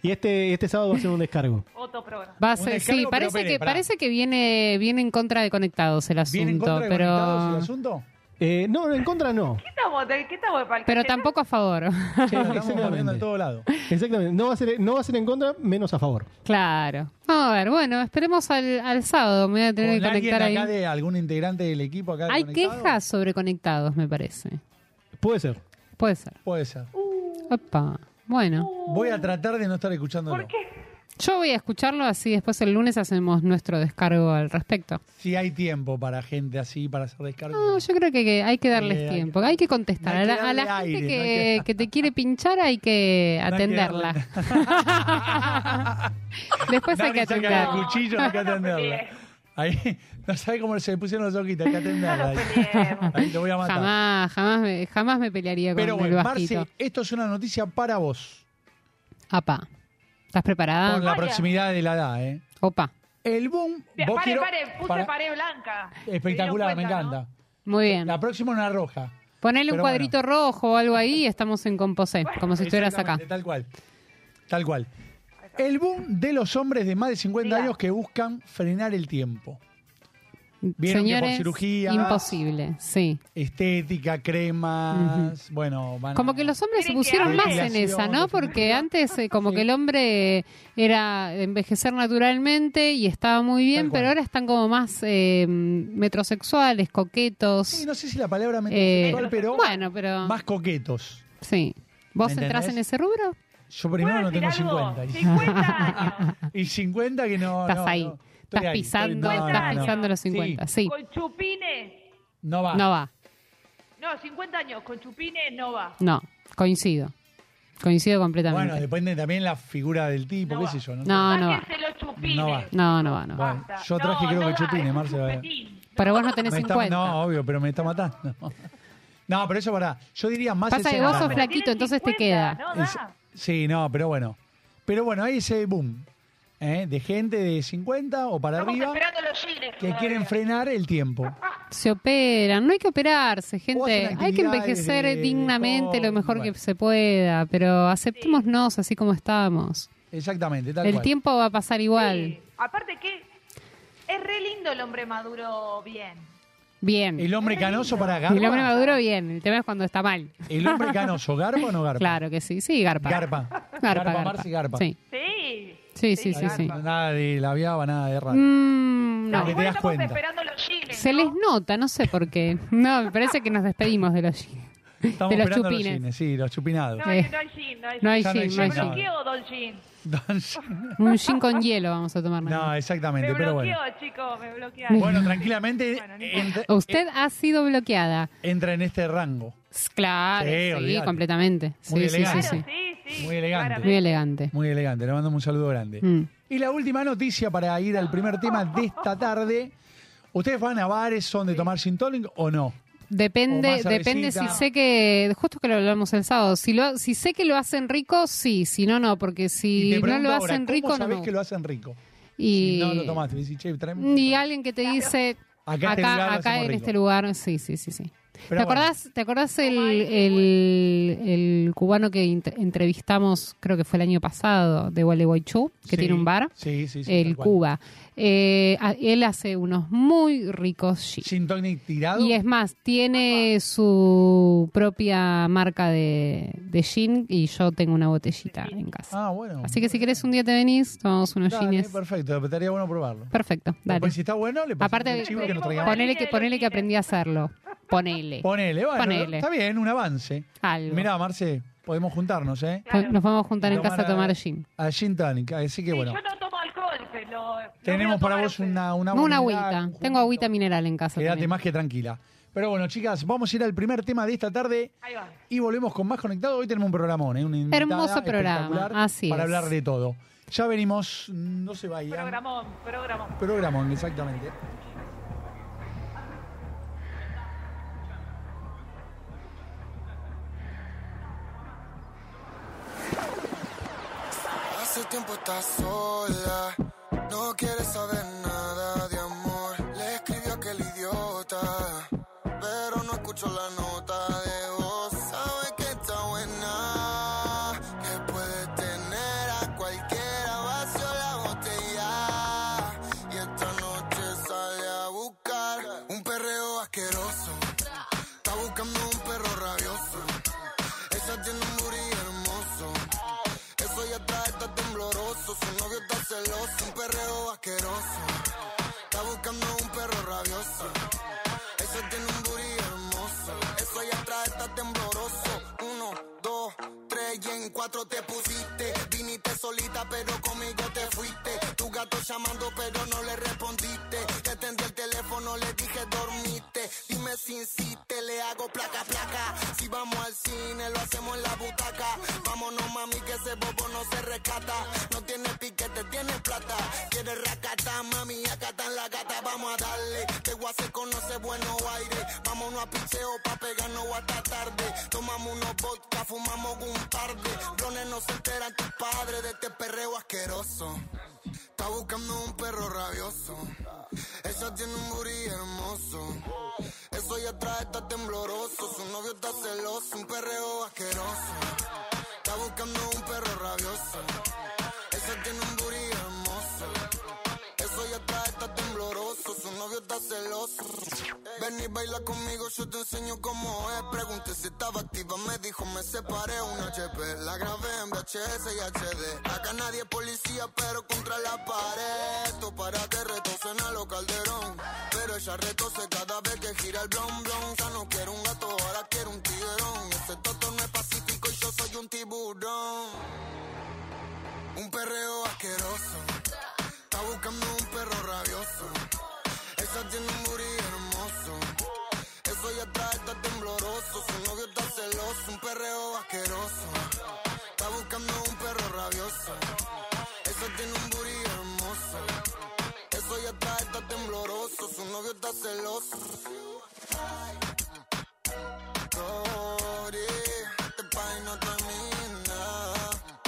Speaker 6: Y este, este sábado va a ser un descargo.
Speaker 5: Otro programa.
Speaker 4: Va a
Speaker 3: Un
Speaker 4: ser,
Speaker 3: descargo,
Speaker 4: sí,
Speaker 3: pero
Speaker 4: parece
Speaker 3: espere,
Speaker 4: que,
Speaker 3: pará.
Speaker 4: parece que viene, viene en contra de conectados el
Speaker 3: ¿Viene en
Speaker 4: asunto,
Speaker 3: contra de Conectados el
Speaker 4: pero,
Speaker 3: asunto?
Speaker 6: Eh, no, en contra no.
Speaker 5: ¿Qué estamos de, qué estamos de palca-
Speaker 4: pero tampoco a favor.
Speaker 6: Sí,
Speaker 3: Lo estamos moviendo en
Speaker 6: exactamente.
Speaker 3: todo lado.
Speaker 6: Exactamente. No va, a ser, no va a ser en contra, menos a favor.
Speaker 4: Claro. Vamos a ver, bueno, esperemos al, al sábado. Me voy a tener que
Speaker 3: ¿Con alguien
Speaker 4: conectar
Speaker 3: acá
Speaker 4: ahí.
Speaker 3: de algún integrante del equipo acá de
Speaker 4: Hay
Speaker 3: Conectados?
Speaker 4: quejas sobre conectados, me parece.
Speaker 6: Puede ser.
Speaker 4: Puede ser.
Speaker 5: Uh.
Speaker 3: Puede ser.
Speaker 4: Opa. Bueno.
Speaker 3: Voy a tratar de no estar escuchándolo.
Speaker 5: ¿Por qué?
Speaker 4: Yo voy a escucharlo así, después el lunes hacemos nuestro descargo al respecto.
Speaker 3: Si hay tiempo para gente así, para hacer descargas.
Speaker 4: No, yo creo que, que hay que darles
Speaker 3: Eh, hay-
Speaker 4: tiempo, hay que contestar.
Speaker 3: no hay
Speaker 4: a
Speaker 3: que
Speaker 4: la, a la
Speaker 3: darle
Speaker 4: gente
Speaker 3: aire,
Speaker 4: que,
Speaker 3: no hay que-
Speaker 4: que te quiere pinchar hay que
Speaker 3: No hay que
Speaker 4: atenderla. después hay que
Speaker 3: Dani saca
Speaker 4: atenderla.
Speaker 3: el cuchillo, hay que
Speaker 5: No, no,
Speaker 3: atenderla.
Speaker 5: porque-
Speaker 3: Ahí, no sabe cómo se le pusieron los ojitos, hay que atenderla.
Speaker 5: No nos
Speaker 3: ahí.
Speaker 5: peleemos.
Speaker 3: Ahí lo voy a matar.
Speaker 4: Jamás, jamás me, jamás me pelearía con
Speaker 3: Pero
Speaker 4: el
Speaker 3: bueno,
Speaker 4: bajito.
Speaker 3: Marce, esto es una noticia para vos.
Speaker 4: Apa. ¿Estás preparada?
Speaker 3: Por la
Speaker 5: Vaya.
Speaker 3: proximidad de la edad, ¿eh?
Speaker 4: Opa.
Speaker 3: El boom. vos
Speaker 5: Pare,
Speaker 3: quiero-
Speaker 5: pare, puse
Speaker 3: para-
Speaker 5: pared blanca.
Speaker 3: Espectacular,
Speaker 5: Se
Speaker 3: me
Speaker 5: dieron cuenta,
Speaker 3: encanta.
Speaker 4: Muy bien.
Speaker 3: La próxima una roja.
Speaker 4: Ponele un
Speaker 3: pero
Speaker 4: cuadrito rojo o algo ahí y estamos en composé, como si estuvieras acá.
Speaker 3: Exactamente, Tal cual. Tal cual. El boom de los hombres de más de 50
Speaker 5: Diga.
Speaker 3: años que buscan frenar el tiempo. Vieron que por
Speaker 4: Señores,
Speaker 3: cirugía-
Speaker 4: imposible, sí.
Speaker 3: Estética, cremas, bueno, van a-
Speaker 4: Como que los hombres se
Speaker 5: Tienen que
Speaker 4: pusieron más
Speaker 5: darle-
Speaker 4: en esa, ¿no?
Speaker 3: Depilación,
Speaker 4: Porque antes eh, como que el hombre era envejecer naturalmente y estaba muy
Speaker 3: Tal
Speaker 4: bien,
Speaker 3: cual.
Speaker 4: pero ahora están como más eh, metrosexuales, coquetos.
Speaker 3: Sí, no sé si la palabra
Speaker 4: eh,
Speaker 3: metrosexual, pero
Speaker 4: bueno, pero
Speaker 3: más coquetos.
Speaker 4: sí. ¿Vos
Speaker 3: ¿Me
Speaker 4: entrás en
Speaker 3: entendés?
Speaker 4: ese rubro?
Speaker 3: Yo
Speaker 5: ¿no?
Speaker 3: primero no
Speaker 5: ¿Puedo
Speaker 3: tengo
Speaker 5: decir algo?
Speaker 3: 50. Y,
Speaker 5: 50 años.
Speaker 3: y 50 que no.
Speaker 4: Estás
Speaker 3: no,
Speaker 4: ahí.
Speaker 3: no. Estoy
Speaker 4: Estás
Speaker 3: ahí, estoy-
Speaker 4: pisando,
Speaker 3: no,
Speaker 4: estás
Speaker 3: no.
Speaker 4: pisando los
Speaker 3: Sí,
Speaker 4: 50, sí.
Speaker 5: Con chupines.
Speaker 3: no va.
Speaker 4: No va,
Speaker 5: No, 50 años. Con chupines no va.
Speaker 4: no, coincido. Coincido completamente.
Speaker 3: Bueno, depende también la figura del tipo,
Speaker 5: No
Speaker 3: qué
Speaker 5: va.
Speaker 3: sé yo. No, sé.
Speaker 4: No, no va.
Speaker 5: Sáquense los chupines.
Speaker 3: No va.
Speaker 4: No, no va, no va.
Speaker 3: Bueno,
Speaker 5: Basta.
Speaker 3: yo traje creo que
Speaker 5: va,
Speaker 3: chupines,
Speaker 5: es un
Speaker 3: Marce, va.
Speaker 5: chupetín.
Speaker 4: Pero vos no tenés
Speaker 3: Me está-
Speaker 4: 50.
Speaker 3: no, obvio, pero me está matando. No, pero eso pará. Yo diría más
Speaker 4: Pasa que
Speaker 3: escena
Speaker 4: vos sos
Speaker 3: porno.
Speaker 4: flaquito,
Speaker 5: Tienen
Speaker 4: entonces te
Speaker 5: 50,
Speaker 4: queda.
Speaker 5: No,
Speaker 3: Es-
Speaker 5: da.
Speaker 3: sí, no, pero bueno. Pero bueno, ahí ese boom ¿eh? de gente de 50 o para
Speaker 5: Estamos
Speaker 3: arriba
Speaker 5: esperando los chines.
Speaker 3: que quieren frenar el tiempo.
Speaker 4: Se operan, no hay que operarse, gente.
Speaker 3: hacen
Speaker 4: Hay que
Speaker 3: actividades
Speaker 4: envejecer
Speaker 3: de-
Speaker 4: dignamente
Speaker 3: de-
Speaker 4: lo mejor
Speaker 3: bueno.
Speaker 4: que se pueda, pero aceptémonos así como estábamos.
Speaker 3: Exactamente, tal
Speaker 4: el
Speaker 3: cual.
Speaker 4: tiempo va a pasar igual.
Speaker 5: Sí. Aparte que es re lindo el hombre maduro bien.
Speaker 4: Bien.
Speaker 3: El hombre canoso para garpa.
Speaker 4: El hombre maduro, bien. El tema es cuando está mal.
Speaker 3: El hombre canoso, ¿garpa o no garpa?
Speaker 4: Claro que sí. Sí, garpa.
Speaker 3: Garpa.
Speaker 4: Garpa,
Speaker 3: Garpa,
Speaker 4: garpa.
Speaker 3: Marce, garpa.
Speaker 4: Sí,
Speaker 5: Sí.
Speaker 4: sí, sí, sí. sí.
Speaker 3: Nada de la viaba, nada de raro.
Speaker 4: Mm,
Speaker 3: No,
Speaker 4: no.
Speaker 3: que te
Speaker 5: igual
Speaker 3: das
Speaker 5: estamos
Speaker 3: cuenta.
Speaker 5: esperando los chiles.
Speaker 4: Se les nota, no sé por qué. No, me parece que nos despedimos de los
Speaker 3: Estamos
Speaker 4: de los
Speaker 3: esperando
Speaker 4: chupines.
Speaker 3: los chines, sí, los chupinados.
Speaker 5: No,
Speaker 4: Eh.
Speaker 5: no hay gin, no hay
Speaker 4: No hay
Speaker 3: Ya no hay
Speaker 4: gin, no hay
Speaker 5: Me
Speaker 3: gin.
Speaker 4: gin.
Speaker 5: bloqueó, Don Gin.
Speaker 3: Entonces,
Speaker 4: Un gin con hielo vamos a tomar.
Speaker 3: no,
Speaker 5: Me
Speaker 3: exactamente, pero
Speaker 5: bloqueó,
Speaker 3: bueno.
Speaker 5: chico, me bloquearon.
Speaker 3: Bueno, tranquilamente
Speaker 5: Bueno, no
Speaker 3: entra,
Speaker 4: Usted ha sido bloqueada.
Speaker 3: entra en este rango.
Speaker 4: S- Claro,
Speaker 3: Sí,
Speaker 4: sí,
Speaker 3: olvidate.
Speaker 4: completamente. Sí,
Speaker 3: Muy
Speaker 4: sí,
Speaker 3: elegante.
Speaker 4: sí,
Speaker 5: claro,
Speaker 4: sí.
Speaker 5: sí, sí.
Speaker 3: Muy elegante.
Speaker 4: Muy
Speaker 5: claramente.
Speaker 4: elegante.
Speaker 3: Muy elegante, le mandamos un saludo grande.
Speaker 4: Mm.
Speaker 3: Y la última noticia para ir al primer tema de esta tarde. ¿Ustedes van a bares, son de tomar gin tonic o no? O
Speaker 4: Depende,
Speaker 3: más
Speaker 4: depende si
Speaker 3: cervecita.
Speaker 4: sé que, justo que lo hablamos el sábado, si, lo, si sé que lo hacen rico, sí, si no, no, porque si no
Speaker 3: pregunto
Speaker 4: lo
Speaker 3: ahora,
Speaker 4: hacen
Speaker 3: ¿cómo
Speaker 4: rico, no.
Speaker 3: sabés
Speaker 4: me
Speaker 3: que
Speaker 4: gusta.
Speaker 3: lo hacen rico?
Speaker 4: y,
Speaker 3: Si no lo tomaste, me decís, che, tráeme un
Speaker 4: y alguien que te dice,
Speaker 3: Acá
Speaker 4: acá,
Speaker 3: este lugar lo
Speaker 4: acá,
Speaker 3: hacemos
Speaker 4: en
Speaker 3: rico.
Speaker 4: este lugar, sí, sí, sí, sí.
Speaker 3: Pero
Speaker 4: ¿Te
Speaker 3: bueno.
Speaker 4: acordás, ¿te acordás el, el- el cubano que int- entrevistamos, creo que fue el año pasado, de Gualeguaychú, que
Speaker 3: Sí,
Speaker 4: tiene un bar?
Speaker 3: Sí, sí, sí.
Speaker 4: el
Speaker 3: tal cual.
Speaker 4: Cuba. Eh, a- él hace unos muy ricos gin.
Speaker 3: Gin tonic tirado.
Speaker 4: Y es más, tiene su propia marca de, de gin y yo tengo una botellita en casa.
Speaker 3: Ah, bueno.
Speaker 4: Así que si querés un día te venís, tomamos unos
Speaker 3: Dale,
Speaker 4: gines.
Speaker 3: Perfecto, estaría bueno probarlo.
Speaker 4: Perfecto, dale.
Speaker 3: Después, si está bueno, le pasamos
Speaker 4: Aparte,
Speaker 3: el chivo y que nos traigamos.
Speaker 4: ponele que, ponele que aprendí a hacerlo. Ponele.
Speaker 3: Ponele, bueno,
Speaker 4: Ponele.
Speaker 3: está bien, un avance.
Speaker 4: Algo.
Speaker 3: Mirá, Marce, podemos juntarnos, ¿eh?
Speaker 4: Po- Nos vamos a juntar en casa a tomar gin.
Speaker 3: A Gin Tonic, así que
Speaker 5: Sí,
Speaker 3: bueno.
Speaker 5: Yo no tomo alcohol, pero...
Speaker 3: Tenemos para vos una una
Speaker 4: No, una
Speaker 3: bonita,
Speaker 4: agüita.
Speaker 3: un
Speaker 4: Tengo agüita mineral en casa.
Speaker 3: Quédate
Speaker 4: también.
Speaker 3: más que tranquila. Pero bueno, chicas, vamos a ir al primer tema de esta tarde
Speaker 5: Ahí va.
Speaker 3: y volvemos con más conectado. Hoy tenemos un programón, ¿eh? Una invitada
Speaker 4: Hermoso programa,
Speaker 3: espectacular
Speaker 4: así
Speaker 3: Para
Speaker 4: es.
Speaker 3: hablar de todo. Ya venimos, no se vayan.
Speaker 5: Programón, programón.
Speaker 3: Programón, exactamente.
Speaker 7: Hace tiempo estás sola, no quiere saber nada de amor. Le escribió aquel idiota, pero no escuchó la nota de voz. Sabe que está buena, que puede tener a cualquiera. Vació la botella y esta noche sale a buscar un perreo asqueroso. Está buscando un perro rabioso. Ella tiene un booty hermoso. Eso ya está, está tembloroso. Su novio está celoso, un perreo asqueroso. Está buscando un perro rabioso. Eso tiene un booty hermoso. Eso ya atrás está tembloroso. Uno, dos, tres y en cuatro te pusiste. Viniste solita, pero conmigo te rato llamando, pero no le respondiste. Te atendí el teléfono, le dije dormiste. Dime si insiste, le hago placa, placa. Si vamos al cine, lo hacemos en la butaca. Vámonos, mami, que ese bobo no se rescata. No tiene piquete, tiene plata. Quiere racata, mami, acá está la gata. Vamos a darle, te voy a hacer conocer buenos aires. Vámonos a picheo pa' pegarnos hasta tarde. Tomamos unos vodka, fumamos un par de. Blones no se enteran tus padres de este perreo asqueroso. Está buscando un perro rabioso. Ella tiene un booty hermoso. Eso ya atrás está tembloroso. Su novio está celoso, un perreo asqueroso. Está buscando un perro rabioso. Ella tiene un booty hermoso. Eso ya atrás está tembloroso. Su novio está celoso. Ven y baila conmigo, yo te enseño cómo es. Pregunté si estaba activa, me dijo me separé una HP. La grabé en VHS y HD. Acá nadie es policía, pero contra la pared. Esto para que reto suena lo calderón. Pero ella retose cada vez que gira el blon blon. Ya no quiero un gato, ahora quiero un tiburón. Ese toto no es pacífico y yo soy un tiburón. Un perreo asqueroso. Está buscando un perro rabioso. Esa tiene un booty hermoso. Eso ya atrás está tembloroso. Su novio está celoso. Un perreo asqueroso. Está buscando un perro rabioso. Esa tiene un booty hermoso. Eso ya atrás está tembloroso. Su novio está celoso. Cody, este país no termina.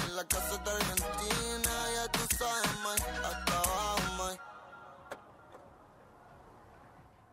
Speaker 7: En la casa de Argentina, ya tú sabes, man. Hasta abajo, man.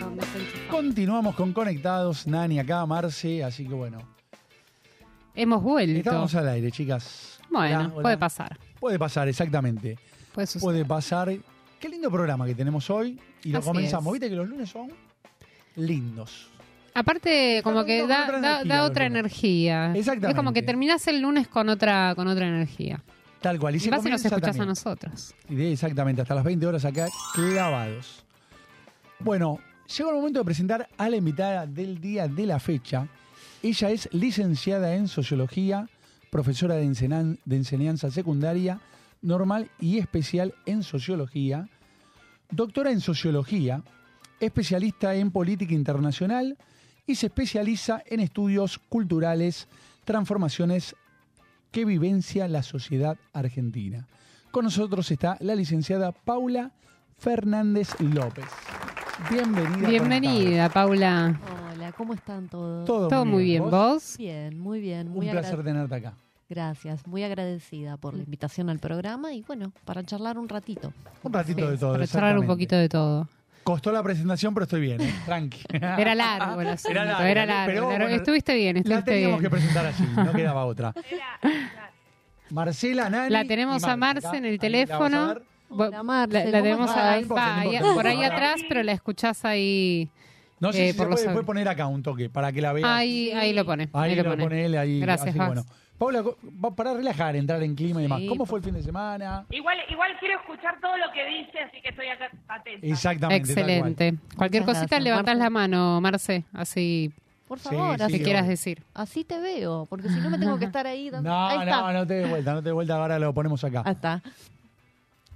Speaker 4: ¿Dónde está enchufado?
Speaker 3: Continuamos con Conectados, Nani acá, Marce, así que bueno.
Speaker 4: Hemos vuelto.
Speaker 3: Estamos al aire, chicas.
Speaker 4: Bueno,
Speaker 3: Hola, hola.
Speaker 4: puede pasar.
Speaker 3: Puede pasar, exactamente.
Speaker 4: Puede suceder.
Speaker 3: Puede pasar. Qué lindo programa que tenemos hoy y lo
Speaker 4: Así
Speaker 3: comenzamos.
Speaker 4: es.
Speaker 3: Viste que los lunes son lindos.
Speaker 4: Aparte, como que
Speaker 3: con
Speaker 4: da,
Speaker 3: otra
Speaker 4: da- da
Speaker 3: energía,
Speaker 4: otra
Speaker 3: Lorena.
Speaker 4: energía. Es como
Speaker 3: Exactamente.
Speaker 4: que terminás el lunes con otra, con otra energía.
Speaker 3: Tal cual. Y
Speaker 4: Y
Speaker 3: se
Speaker 4: vas y nos
Speaker 3: comienza
Speaker 4: escuchás a
Speaker 3: también.
Speaker 4: nosotros.
Speaker 3: Y de- Exactamente, hasta las 20 horas acá clavados. Bueno, llega el momento de presentar a la invitada del día de la fecha. Ella es licenciada en sociología, profesora de, ensenan- de enseñanza secundaria, normal y especial en sociología, doctora en sociología, especialista en política internacional y se especializa en estudios culturales, transformaciones que vivencia la sociedad argentina. Con nosotros está la licenciada Paula Fernández López. Bienvenida.
Speaker 4: Bienvenida, Paula.
Speaker 8: Hola, ¿cómo están todos?
Speaker 3: Todo,
Speaker 4: Todo muy bien, ¿vos?
Speaker 8: Bien, muy bien, muy
Speaker 3: Un placer Mm. tenerte acá.
Speaker 8: agra- Gracias, muy agradecida por la invitación al programa y bueno, para charlar un ratito.
Speaker 3: Un ratito
Speaker 4: Sí,
Speaker 3: de todo.
Speaker 4: para charlar un
Speaker 3: exactamente.
Speaker 4: poquito de todo.
Speaker 3: Costó la presentación, pero estoy bien. ¿eh? Tranqui.
Speaker 4: Era largo el asunto, era largo.
Speaker 3: ah, pero
Speaker 4: largo.
Speaker 3: bueno,
Speaker 4: estuviste bien,
Speaker 3: La
Speaker 4: estuviste
Speaker 3: teníamos
Speaker 4: bien.
Speaker 3: que presentar así, no quedaba otra.
Speaker 5: Era- era-
Speaker 3: Marcela, Nani.
Speaker 4: La tenemos
Speaker 3: y
Speaker 4: a
Speaker 3: Marce,
Speaker 4: Marce en el
Speaker 3: acá. Ahí la vas a
Speaker 4: teléfono.
Speaker 3: ver.
Speaker 4: Bo-
Speaker 8: Hola, Marce,
Speaker 4: la, la
Speaker 8: ¿cómo
Speaker 4: tenemos
Speaker 8: estás?
Speaker 4: a-
Speaker 3: No importa, no
Speaker 4: ahí-
Speaker 3: importa.
Speaker 4: por ahí
Speaker 3: Ahora-
Speaker 4: atrás, pero la escuchás ahí.
Speaker 3: No sé
Speaker 4: Eh,
Speaker 3: si
Speaker 4: por
Speaker 3: se
Speaker 4: los
Speaker 3: puede,
Speaker 4: años.
Speaker 3: puede poner acá un toque para que la vean.
Speaker 4: Ahí, ahí lo pone.
Speaker 3: Ahí lo pone. él, ahí.
Speaker 4: Gracias,
Speaker 3: así que
Speaker 4: Max.
Speaker 3: bueno. Paula, co- va- para relajar, entrar en clima y demás.
Speaker 8: Sí,
Speaker 3: ¿Cómo
Speaker 8: por
Speaker 3: fue el fin de semana?
Speaker 5: Igual, igual quiero escuchar todo lo que dice, así que estoy acá atenta.
Speaker 3: Exactamente. tal cual.
Speaker 4: Excelente. Cualquier
Speaker 8: Muchas
Speaker 4: cosita
Speaker 8: gracias,
Speaker 4: levantás
Speaker 8: Marce.
Speaker 4: la mano, Marce, así
Speaker 8: Por
Speaker 3: Sí,
Speaker 8: favor,
Speaker 3: sí,
Speaker 8: así,
Speaker 4: que
Speaker 3: obvio.
Speaker 4: quieras decir.
Speaker 8: así te veo, porque si no me tengo que estar ahí dando... ahí
Speaker 3: No,
Speaker 8: está.
Speaker 3: no, no te dé vuelta, no te dé vuelta, ahora lo ponemos acá.
Speaker 4: Ah.
Speaker 8: Ahí está.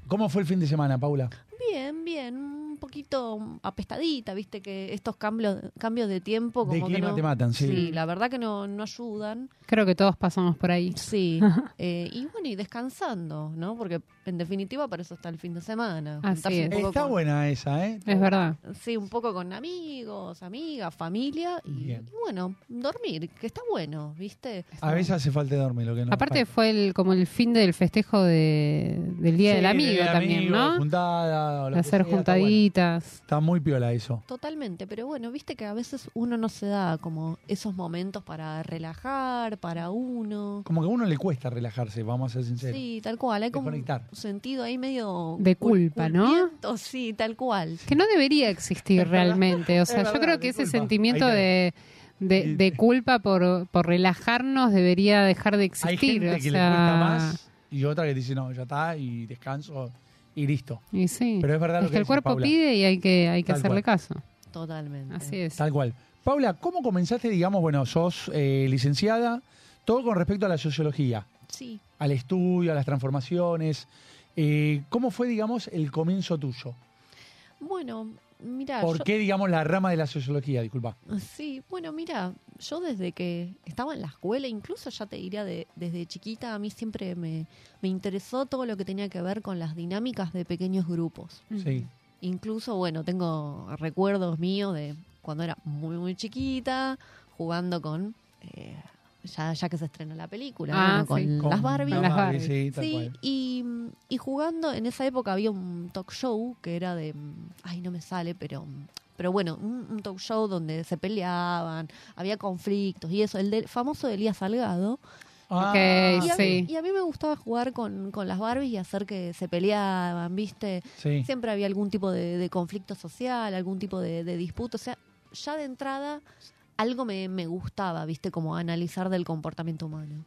Speaker 3: ¿Cómo fue el fin de semana, Paula?
Speaker 8: Bien, bien, un poquito apestadita, viste que estos cambios, cambios de tiempo como
Speaker 3: De
Speaker 8: que
Speaker 3: clima
Speaker 8: no-
Speaker 3: te matan, sí.
Speaker 8: Sí, la verdad que no, no ayudan.
Speaker 4: Creo que todos pasamos por ahí.
Speaker 8: Sí, eh, y bueno, y descansando, ¿no? Porque en definitiva para eso está el fin de semana.
Speaker 4: Así
Speaker 8: juntarse un
Speaker 4: es.
Speaker 8: poco
Speaker 3: Está
Speaker 8: con-
Speaker 3: buena esa, ¿eh?
Speaker 4: Es verdad.
Speaker 8: Sí, un poco con amigos, amigas, familia y,
Speaker 3: Bien.
Speaker 8: y bueno, dormir, que está bueno, ¿viste?
Speaker 3: A veces hace falta dormir, lo que no.
Speaker 4: Aparte fue el, como el fin del festejo de, del Día del Amigo también, ¿no?
Speaker 3: Juntada, o lo que
Speaker 4: hacer
Speaker 3: sea, está bueno.
Speaker 4: juntadita, cositas.
Speaker 3: Está muy piola eso.
Speaker 8: Totalmente, pero bueno, viste que a veces uno no se da como esos momentos para relajar, para uno.
Speaker 3: Como que a uno le cuesta relajarse, vamos a ser sinceros.
Speaker 8: Sí, tal cual, hay como
Speaker 3: Desconectar.
Speaker 8: un sentido ahí medio...
Speaker 4: De
Speaker 8: cul-
Speaker 4: culpa, ¿no?
Speaker 8: culpiento, Sí, tal cual.
Speaker 4: Que no debería existir realmente. O sea,
Speaker 3: Es
Speaker 4: yo
Speaker 3: verdad,
Speaker 4: creo que ese
Speaker 3: disculpa.
Speaker 4: sentimiento
Speaker 3: Ahí
Speaker 4: de, de, de culpa por, por relajarnos debería dejar de existir.
Speaker 3: Hay gente
Speaker 4: o
Speaker 3: que le
Speaker 4: sea,
Speaker 3: cuesta más y otra que dice, no, ya está y descanso y listo.
Speaker 4: Y sí.
Speaker 3: Pero es verdad lo que
Speaker 4: el
Speaker 3: decís,
Speaker 4: cuerpo
Speaker 3: Paula.
Speaker 4: pide y hay que, hay que
Speaker 3: Tal
Speaker 4: hacerle
Speaker 3: cual.
Speaker 4: caso.
Speaker 8: Totalmente.
Speaker 4: Así es.
Speaker 3: Tal cual. Paula, ¿cómo comenzaste, digamos, bueno, sos eh, licenciada, todo con respecto a la sociología,
Speaker 8: Sí.
Speaker 3: al estudio, a las transformaciones? Eh, ¿Cómo fue, digamos, el comienzo tuyo?
Speaker 8: Bueno, mira,
Speaker 3: ¿Por qué, digamos, la rama de la sociología? Disculpa.
Speaker 8: Sí, bueno, mira, yo desde que estaba en la escuela, incluso ya te diría de- desde chiquita, a mí siempre me, me interesó todo lo que tenía que ver con las dinámicas de pequeños grupos.
Speaker 3: Sí.
Speaker 8: Incluso, bueno, tengo recuerdos míos de cuando era muy, muy chiquita, jugando con, eh, ya, ya que se estrena la película,
Speaker 4: Ah,
Speaker 8: ¿no? con
Speaker 4: sí.
Speaker 8: las Barbie.
Speaker 4: Con las Barbie.
Speaker 3: Sí, tal
Speaker 8: Sí,
Speaker 3: cual.
Speaker 8: y, y jugando, en esa época había un talk show que era de, mm, ay, no me sale, pero, mm, pero bueno, un, un talk show donde se peleaban, había conflictos y eso, el del famoso de Elías Salgado. Ah,
Speaker 3: Eh,
Speaker 4: Ok,
Speaker 8: y, a
Speaker 4: sí.
Speaker 8: mí, y a mí me gustaba jugar con, con las Barbies y hacer que se peleaban, ¿viste?
Speaker 3: sí.
Speaker 8: Siempre había algún tipo de, de conflicto social, algún tipo de, de disputa, o sea, ya de entrada algo me, me gustaba, viste, como analizar del comportamiento humano.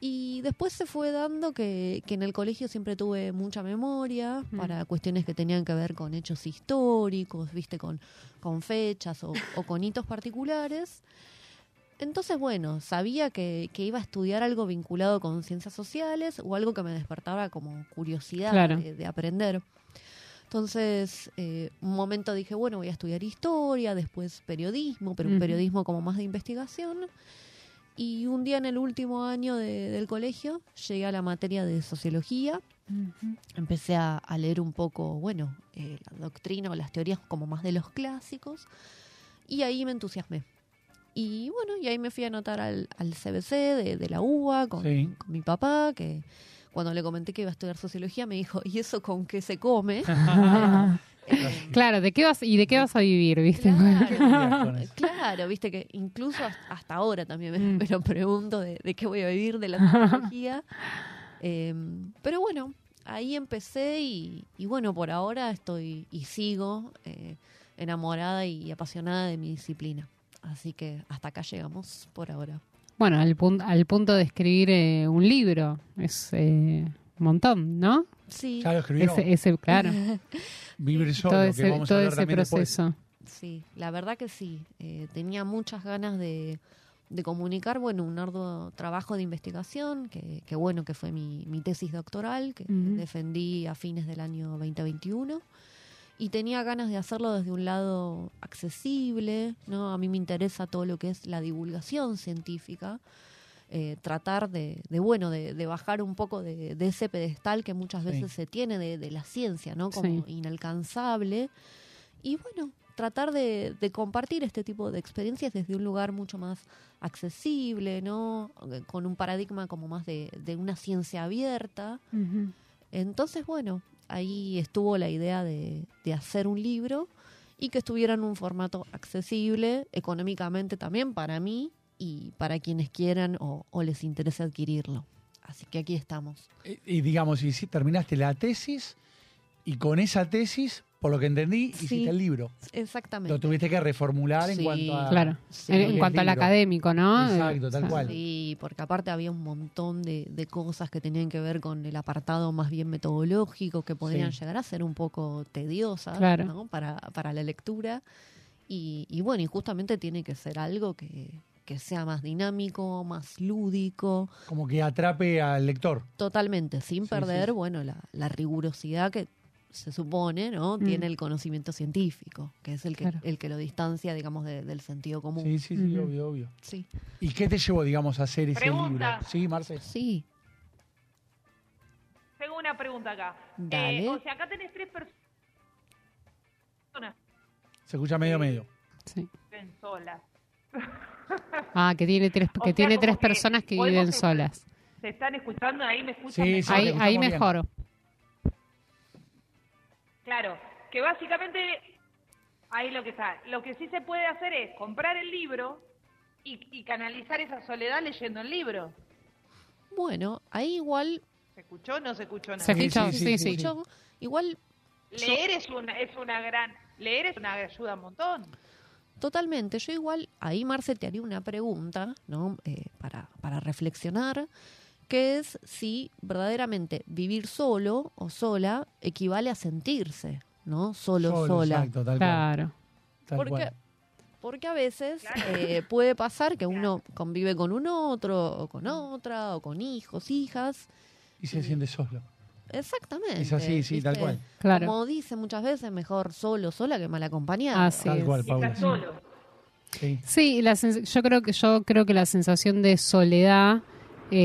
Speaker 8: Y después se fue dando que, que en el colegio siempre tuve mucha memoria
Speaker 4: Mm.
Speaker 8: para cuestiones que tenían que ver con hechos históricos, viste, con, con fechas o, o con hitos particulares. Entonces, bueno, sabía que, que iba a estudiar algo vinculado con ciencias sociales o algo que me despertaba como curiosidad
Speaker 4: Claro.
Speaker 8: de, de aprender. Entonces, eh, un momento dije, bueno, voy a estudiar historia, después periodismo, pero un
Speaker 4: Ujú.
Speaker 8: periodismo como más de investigación. Y un día en el último año de- del colegio llegué a la materia de sociología. Empecé a, a leer un poco, bueno, eh, la doctrina o las teorías como más de los clásicos. Y ahí me entusiasmé. Y bueno, y ahí me fui a anotar al, al CBC de, de la UBA con,
Speaker 3: Sí.
Speaker 8: con mi papá, que cuando le comenté que iba a estudiar sociología me dijo, ¿y eso con qué se come? Eh,
Speaker 4: Claro, ¿de qué vas, ¿y de qué vas a vivir? ¿viste?
Speaker 3: lidias
Speaker 8: Claro,
Speaker 3: con eso?
Speaker 8: claro, viste que incluso has- hasta ahora también me,
Speaker 4: Mm.
Speaker 8: me lo pregunto de, de qué voy a vivir de la tecnología. pero bueno, ahí empecé y, y bueno, por ahora estoy y sigo eh, enamorada y apasionada de mi disciplina. Así que hasta acá llegamos por ahora.
Speaker 4: Bueno, al, pun- al punto de escribir eh, un libro. Es eh, un montón, ¿no?
Speaker 8: Sí,
Speaker 3: Ya lo escribió.
Speaker 4: Ese, ese, claro.
Speaker 3: Vivir solo,
Speaker 4: todo
Speaker 3: que
Speaker 4: ese,
Speaker 3: vamos a
Speaker 4: todo
Speaker 3: hablar
Speaker 4: ese
Speaker 3: también después.
Speaker 4: proceso.
Speaker 8: sí, la verdad que sí. Eh, tenía muchas ganas de, de comunicar, bueno, un arduo trabajo de investigación, que, que bueno, que fue mi, mi tesis doctoral, que
Speaker 4: Ujú.
Speaker 8: defendí a fines del año 2021. Y tenía ganas de hacerlo desde un lado accesible, ¿no? A mí me interesa todo lo que es la divulgación científica, eh, tratar de, de, bueno, de, de bajar un poco de, de ese pedestal que muchas veces se tiene de, de la ciencia, ¿no? Como
Speaker 4: Sí.
Speaker 8: inalcanzable. Y bueno, tratar de, de compartir este tipo de experiencias desde un lugar mucho más accesible, ¿no? Eh, Con un paradigma como más de, de una ciencia abierta.
Speaker 4: Ujú.
Speaker 8: Entonces, bueno, ahí estuvo la idea de, de hacer un libro y que estuviera en un formato accesible económicamente también para mí y para quienes quieran o, o les interese adquirirlo. Así que aquí estamos.
Speaker 3: Y, y digamos, y si terminaste la tesis y con esa tesis, por lo que entendí,
Speaker 8: Sí.
Speaker 3: hiciste el libro. Lo
Speaker 8: Exactamente.
Speaker 3: tuviste que reformular en
Speaker 8: Sí,
Speaker 3: cuanto a...
Speaker 4: Claro.
Speaker 8: Sí.
Speaker 4: en,
Speaker 3: Lo que
Speaker 4: en
Speaker 3: Ah, es
Speaker 4: cuanto al
Speaker 3: libro.
Speaker 4: académico, ¿no?
Speaker 3: Exacto,
Speaker 4: Eh,
Speaker 3: tal cual.
Speaker 8: Sí, porque aparte había un montón de, de cosas que tenían que ver con el apartado más bien metodológico que podrían
Speaker 3: Sí.
Speaker 8: llegar a ser un poco tediosas
Speaker 4: Claro.
Speaker 8: ¿no? para, para la lectura. Y, y bueno, y justamente tiene que ser algo que, que sea más dinámico, más lúdico,
Speaker 3: Como que atrape al lector.
Speaker 8: totalmente, sin
Speaker 3: Sí,
Speaker 8: perder,
Speaker 3: sí.
Speaker 8: bueno, la, la rigurosidad que se supone, ¿no?
Speaker 4: Mm.
Speaker 8: Tiene el conocimiento científico, que es el que,
Speaker 4: Claro.
Speaker 8: el que lo distancia, digamos, de- del sentido común.
Speaker 3: Sí, sí, sí,
Speaker 4: Ujú.
Speaker 3: obvio, obvio.
Speaker 8: sí.
Speaker 3: ¿Y qué te llevó, digamos, a hacer ese
Speaker 5: Pregunta.
Speaker 3: libro? Sí, Marce.
Speaker 8: Sí.
Speaker 5: Tengo una pregunta acá.
Speaker 8: Dale.
Speaker 5: Eh, o sea, acá tenés tres personas
Speaker 3: Se escucha medio medio.
Speaker 8: Eh,
Speaker 4: Sí.
Speaker 5: en solas.
Speaker 4: Ah, que tiene tres,
Speaker 5: O
Speaker 4: que
Speaker 5: sea,
Speaker 4: tiene
Speaker 5: como
Speaker 4: tres
Speaker 5: que
Speaker 4: personas que
Speaker 5: podemos
Speaker 4: viven
Speaker 5: escuchar-
Speaker 4: solas.
Speaker 5: ¿Se están escuchando? Ahí me escuchan.
Speaker 3: Sí,
Speaker 5: mejor?
Speaker 3: sí.
Speaker 4: Ahí,
Speaker 3: escuchamos
Speaker 4: ahí
Speaker 3: bien.
Speaker 4: mejoro.
Speaker 5: Claro. que básicamente, ahí lo que está, lo que sí se puede hacer es comprar el libro y, y canalizar esa soledad leyendo el libro.
Speaker 8: Bueno, ahí igual
Speaker 5: ¿Se escuchó o no se escuchó nada?
Speaker 4: Se escuchó,
Speaker 8: Sí,
Speaker 4: sí,
Speaker 8: sí,
Speaker 4: sí.
Speaker 8: yo- igual
Speaker 5: Leer es una, es una gran, leer es una ayuda un montón.
Speaker 8: Totalmente. Yo igual, ahí Marce te haría una pregunta, ¿no? Eh, para, para reflexionar, que es si verdaderamente vivir solo o sola equivale a sentirse, ¿no? Solo, sola.
Speaker 3: Exacto, tal cual.
Speaker 4: Claro.
Speaker 3: tal
Speaker 8: Porque,
Speaker 3: cual.
Speaker 8: porque a veces eh, puede pasar que uno convive con un otro, o con otra, o con hijos, hijas.
Speaker 3: Y se siente solo.
Speaker 8: Exactamente.
Speaker 3: Es así, sí, tal
Speaker 8: ¿viste?
Speaker 3: cual.
Speaker 4: Claro.
Speaker 8: Como dicen muchas veces, mejor solo, sola que mal acompañada.
Speaker 4: Así
Speaker 3: Tal
Speaker 4: es.
Speaker 3: cual,
Speaker 5: Y
Speaker 3: Paula.
Speaker 5: estás solo.
Speaker 3: Sí.
Speaker 4: Sí, y la sens- yo creo que yo creo que la sensación de soledad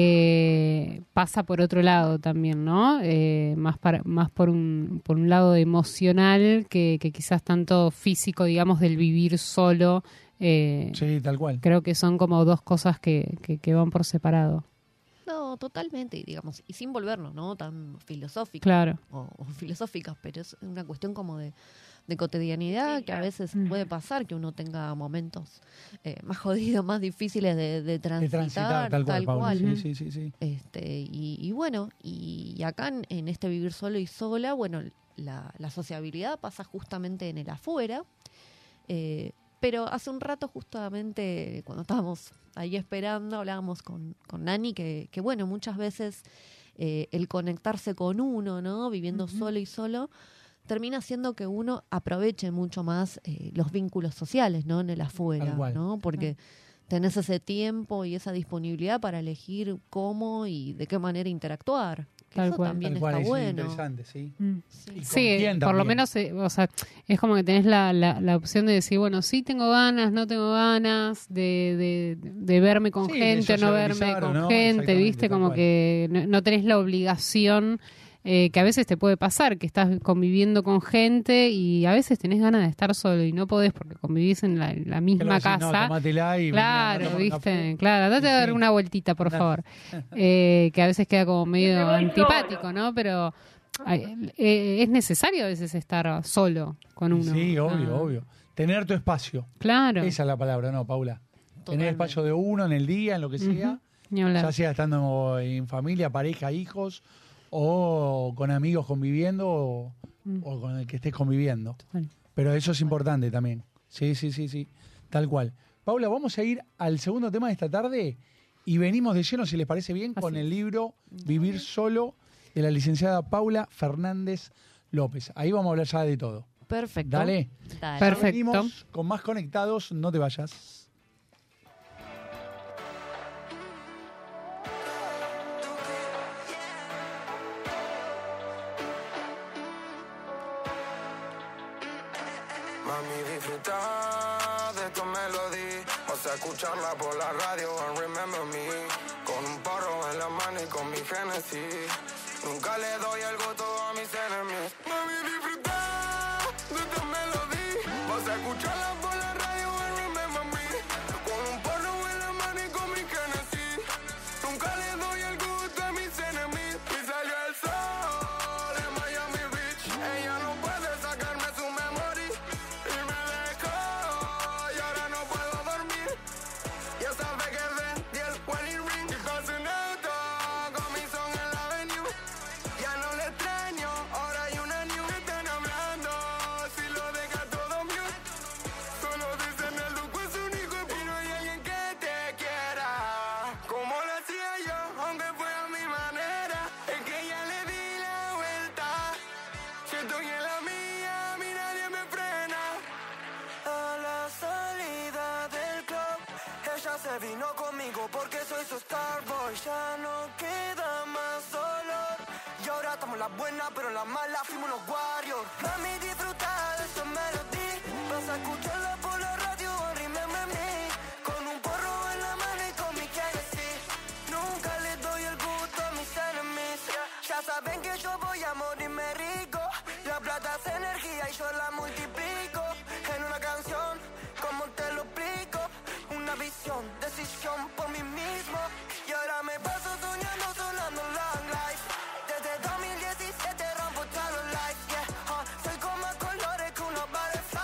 Speaker 4: eh, pasa por otro lado también, ¿no? Eh, más para, más por un por un lado emocional que, que quizás tanto físico, digamos, del vivir solo. eh,
Speaker 3: Sí, tal cual.
Speaker 4: Creo que son como dos cosas que, que- que van por separado.
Speaker 8: No, totalmente, y digamos, y sin volvernos, ¿no? Tan filosóficos
Speaker 4: Claro.
Speaker 8: o, o filosóficas, pero es una cuestión como de, de cotidianidad que a veces puede pasar que uno tenga momentos eh, más jodidos, más difíciles de, de transitar,
Speaker 3: De transitar, tal cual, Paula.
Speaker 8: cual.
Speaker 3: Sí, sí, sí, sí.
Speaker 8: Este, y, y bueno, y, y acá en, en este vivir solo y sola, bueno, la, la sociabilidad pasa justamente en el afuera. eh, pero hace un rato, justamente cuando estábamos ahí esperando, hablábamos con, con Nani que, que, bueno, muchas veces eh, el conectarse con uno, ¿no? Viviendo solo y solo, termina haciendo que uno aproveche mucho más eh, los vínculos sociales, ¿no? En el afuera,
Speaker 3: cual.
Speaker 8: ¿no? Porque tenés ese tiempo y esa disponibilidad para elegir cómo y de qué manera interactuar. Que
Speaker 4: Tal
Speaker 8: eso
Speaker 4: cual.
Speaker 8: también
Speaker 3: Tal cual,
Speaker 8: está
Speaker 3: es
Speaker 8: bueno.
Speaker 3: interesante, sí. Y con
Speaker 4: Sí,
Speaker 3: quién
Speaker 4: por lo
Speaker 3: también.
Speaker 4: menos, eh, o sea, es como que tenés la, la- la opción de decir, bueno, sí tengo ganas, no tengo ganas de, de- de verme con
Speaker 3: Sí, de
Speaker 4: gente, no verme
Speaker 3: sociabilizar o
Speaker 4: con
Speaker 3: no,
Speaker 4: gente,
Speaker 3: exactamente,
Speaker 4: viste,
Speaker 3: tal
Speaker 4: como
Speaker 3: cual.
Speaker 4: que no, no tenés la obligación eh, que a veces te puede pasar, que estás conviviendo con gente y a veces tenés ganas de estar solo y no podés porque convivís en la, en la misma
Speaker 3: Claro, sí, no,
Speaker 4: casa.
Speaker 3: tomátela y
Speaker 4: Claro,
Speaker 3: venga, andá por- andá
Speaker 4: viste,
Speaker 3: por-
Speaker 4: claro, date a
Speaker 3: Sí,
Speaker 4: dar
Speaker 3: sí.
Speaker 4: una vueltita, por
Speaker 3: Andá.
Speaker 4: favor. Eh, que a veces queda como
Speaker 5: Me
Speaker 4: medio
Speaker 5: voy
Speaker 4: antipático,
Speaker 5: solo.
Speaker 4: ¿no? Pero ay, eh, es necesario a veces estar solo con uno.
Speaker 3: Sí, obvio,
Speaker 4: Ah,
Speaker 3: obvio. Tener tu espacio.
Speaker 4: Claro,
Speaker 3: Esa es la palabra, ¿no, Paula? Tener
Speaker 8: Totalmente.
Speaker 3: espacio de uno en el día, en lo que sea.
Speaker 4: ni hablar.
Speaker 3: Ya sea estando en familia, pareja, hijos, o con amigos conviviendo, o, o con el que estés conviviendo.
Speaker 4: Bueno,
Speaker 3: Pero eso es importante también. Sí, sí, sí, sí. Tal cual. Paula, vamos a ir al segundo tema de esta tarde y venimos de lleno, si les parece bien, con el libro Vivir Solo de la licenciada Paula Fernández López. Ahí vamos a hablar ya de todo.
Speaker 8: Perfecto.
Speaker 3: Dale.
Speaker 8: Dale.
Speaker 4: Perfecto.
Speaker 3: Venimos con más conectados, no te vayas.
Speaker 9: Mami, disfruta de tu melodía. Vas a escucharla por la radio and remember me. Con un paro en la mano y con mi Genesis. Nunca le doy el gusto a mis enemigos. Mami, disfruta de tu melodía. Vas a escucharla por la radio and remember me. Con un paro en la mano y con mi Genesis. Nunca le doy el gusto a mis enemigos. Y salió el sol en Miami Beach. Ella no puede sacarme su memoria. Y me dejó y ahora no puedo dormir. Ya sabe que vendí el wedding ring. Y pasé un auto con mi son en la avenue. Ya no le extraño, ahora hay una new. Me están hablando si lo deja todo mute. Solo dicen el duco es un hijo y no hay alguien que te quiera. Como lo hacía yo, aunque fuera a mi manera. Es que ya le di la vuelta. Si estoy en la mía, a mí nadie me frena. A la salida del club, ella se vino conmigo porque soy su starboy. Ya no queda más dolor. Y ahora estamos las buenas, pero las malas fuimos los warriors. Mami, disfruta de estos melodías. Vas a escucharla por la radio, remember me. Con un porro en la mano y con mi Genesis. Nunca le doy el gusto a mis enemies. Ya saben que yo voy a morirme rico. La plata es energía y yo la multiplico. En una canción, como te lo explico. Una visión, decisión por mí mismo. Y ahora me paso soñando, sonando long life. Desde 2017 rompo todos los likes, yeah. ah. soy como con
Speaker 2: ama.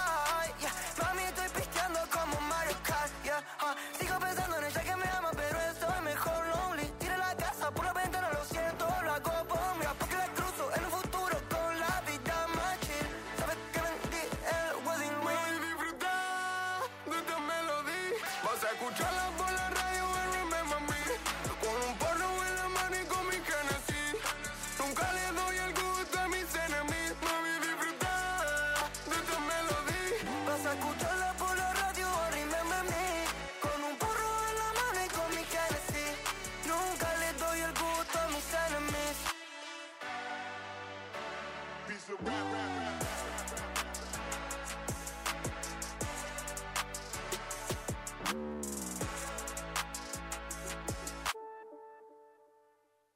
Speaker 2: Ah, Sigo pensando en ella que me ama, pero estoy mejor lonely. Tire la casa por la ventana, lo siento, lo hago por mira, porque la cruzo en un futuro con la vida más chill. Sabes que vendí el wedding ring.
Speaker 7: disfruta de esta melodía. Vas a escucharla por la radio en Remember Me. Con un porro en la mano y con mi Genesis. Nunca le doy el gusto a mis enemigos. Mami, disfruta de esta melodía.
Speaker 2: Vas a escucharla por la radio, remember me. Con un porro en la mano y con mi Genesis. Nunca le doy el gusto a mis enemigos.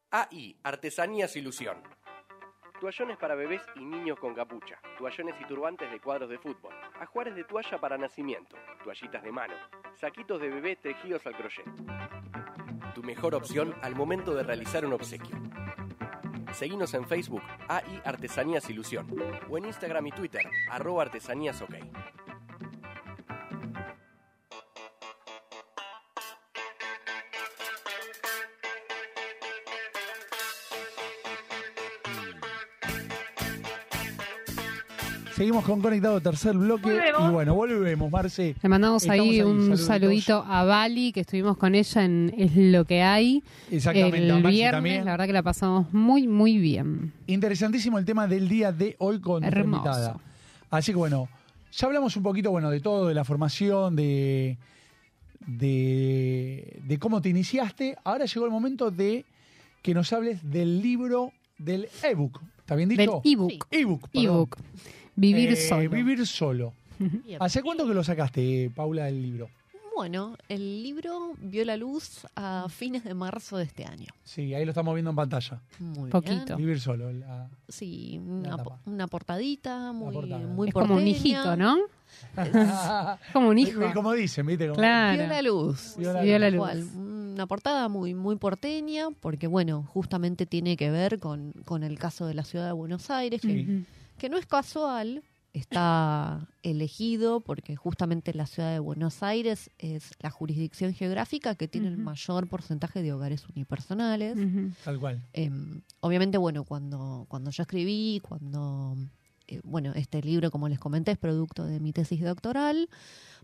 Speaker 10: AI, Ah, Artesanías Ilusión. Toallones para bebés y niños con capucha. Toallones y turbantes de cuadros de fútbol. Ajuares de toalla para nacimiento. Toallitas de mano. Saquitos de bebé tejidos al crochet. Tu mejor opción al momento de realizar un obsequio. Seguinos en Facebook, AI Artesanías Ilusión. O en Instagram y Twitter, arroba artesanías ok.
Speaker 3: Seguimos con Conectado Tercer Bloque.
Speaker 5: Volvemos.
Speaker 3: Y bueno, volvemos, Marce.
Speaker 4: Le mandamos
Speaker 3: Estamos
Speaker 4: ahí
Speaker 3: ahí,
Speaker 4: un
Speaker 3: saluditos.
Speaker 4: saludito a Bali, que estuvimos con ella en Es lo que hay.
Speaker 3: Exactamente, a
Speaker 4: El
Speaker 3: Maxi
Speaker 4: viernes,
Speaker 3: también.
Speaker 4: la verdad que la pasamos muy, muy bien.
Speaker 3: Interesantísimo el tema del día de hoy con nuestra
Speaker 4: Hermoso.
Speaker 3: invitada. Así que bueno, ya hablamos un poquito bueno de todo, de la formación, de, de, de cómo te iniciaste. Ahora llegó el momento de que nos hables del libro, del ebook. ¿Está bien
Speaker 4: Del
Speaker 3: dicho?
Speaker 4: ebook.
Speaker 3: ebook. perdón.
Speaker 4: Ebook. Vivir
Speaker 3: Eh,
Speaker 4: solo.
Speaker 3: Vivir solo.
Speaker 8: Bien.
Speaker 3: ¿Hace cuánto que lo sacaste, eh, Paula, el libro?
Speaker 8: Bueno, el libro vio la luz a fines de marzo de este año.
Speaker 3: Sí, ahí lo estamos viendo en pantalla.
Speaker 8: Muy
Speaker 4: Poquito.
Speaker 8: bien.
Speaker 3: Vivir solo. la-
Speaker 8: Sí, una,
Speaker 3: tapa.
Speaker 8: po- una portadita muy,
Speaker 3: portada.
Speaker 8: muy
Speaker 4: es como un
Speaker 8: porteña.
Speaker 4: hijito, ¿no? Es como un hijo.
Speaker 3: Como dicen, ¿viste? Como-
Speaker 4: Claro.
Speaker 8: Vio la luz.
Speaker 3: Vio la
Speaker 4: Vio la
Speaker 8: Tal
Speaker 4: luz.
Speaker 8: cual. Una portada muy, muy porteña, porque bueno, justamente tiene que ver con, con el caso de la ciudad de Buenos Aires, que,
Speaker 3: Sí.
Speaker 8: que no es casual, está elegido porque justamente la ciudad de Buenos Aires es la jurisdicción geográfica que tiene el
Speaker 4: Ujú.
Speaker 8: mayor porcentaje de hogares unipersonales.
Speaker 4: Ujú.
Speaker 3: Tal cual.
Speaker 8: Em, obviamente, bueno, cuando, cuando yo escribí, cuando, eh, bueno, este libro, como les comenté, es producto de mi tesis doctoral,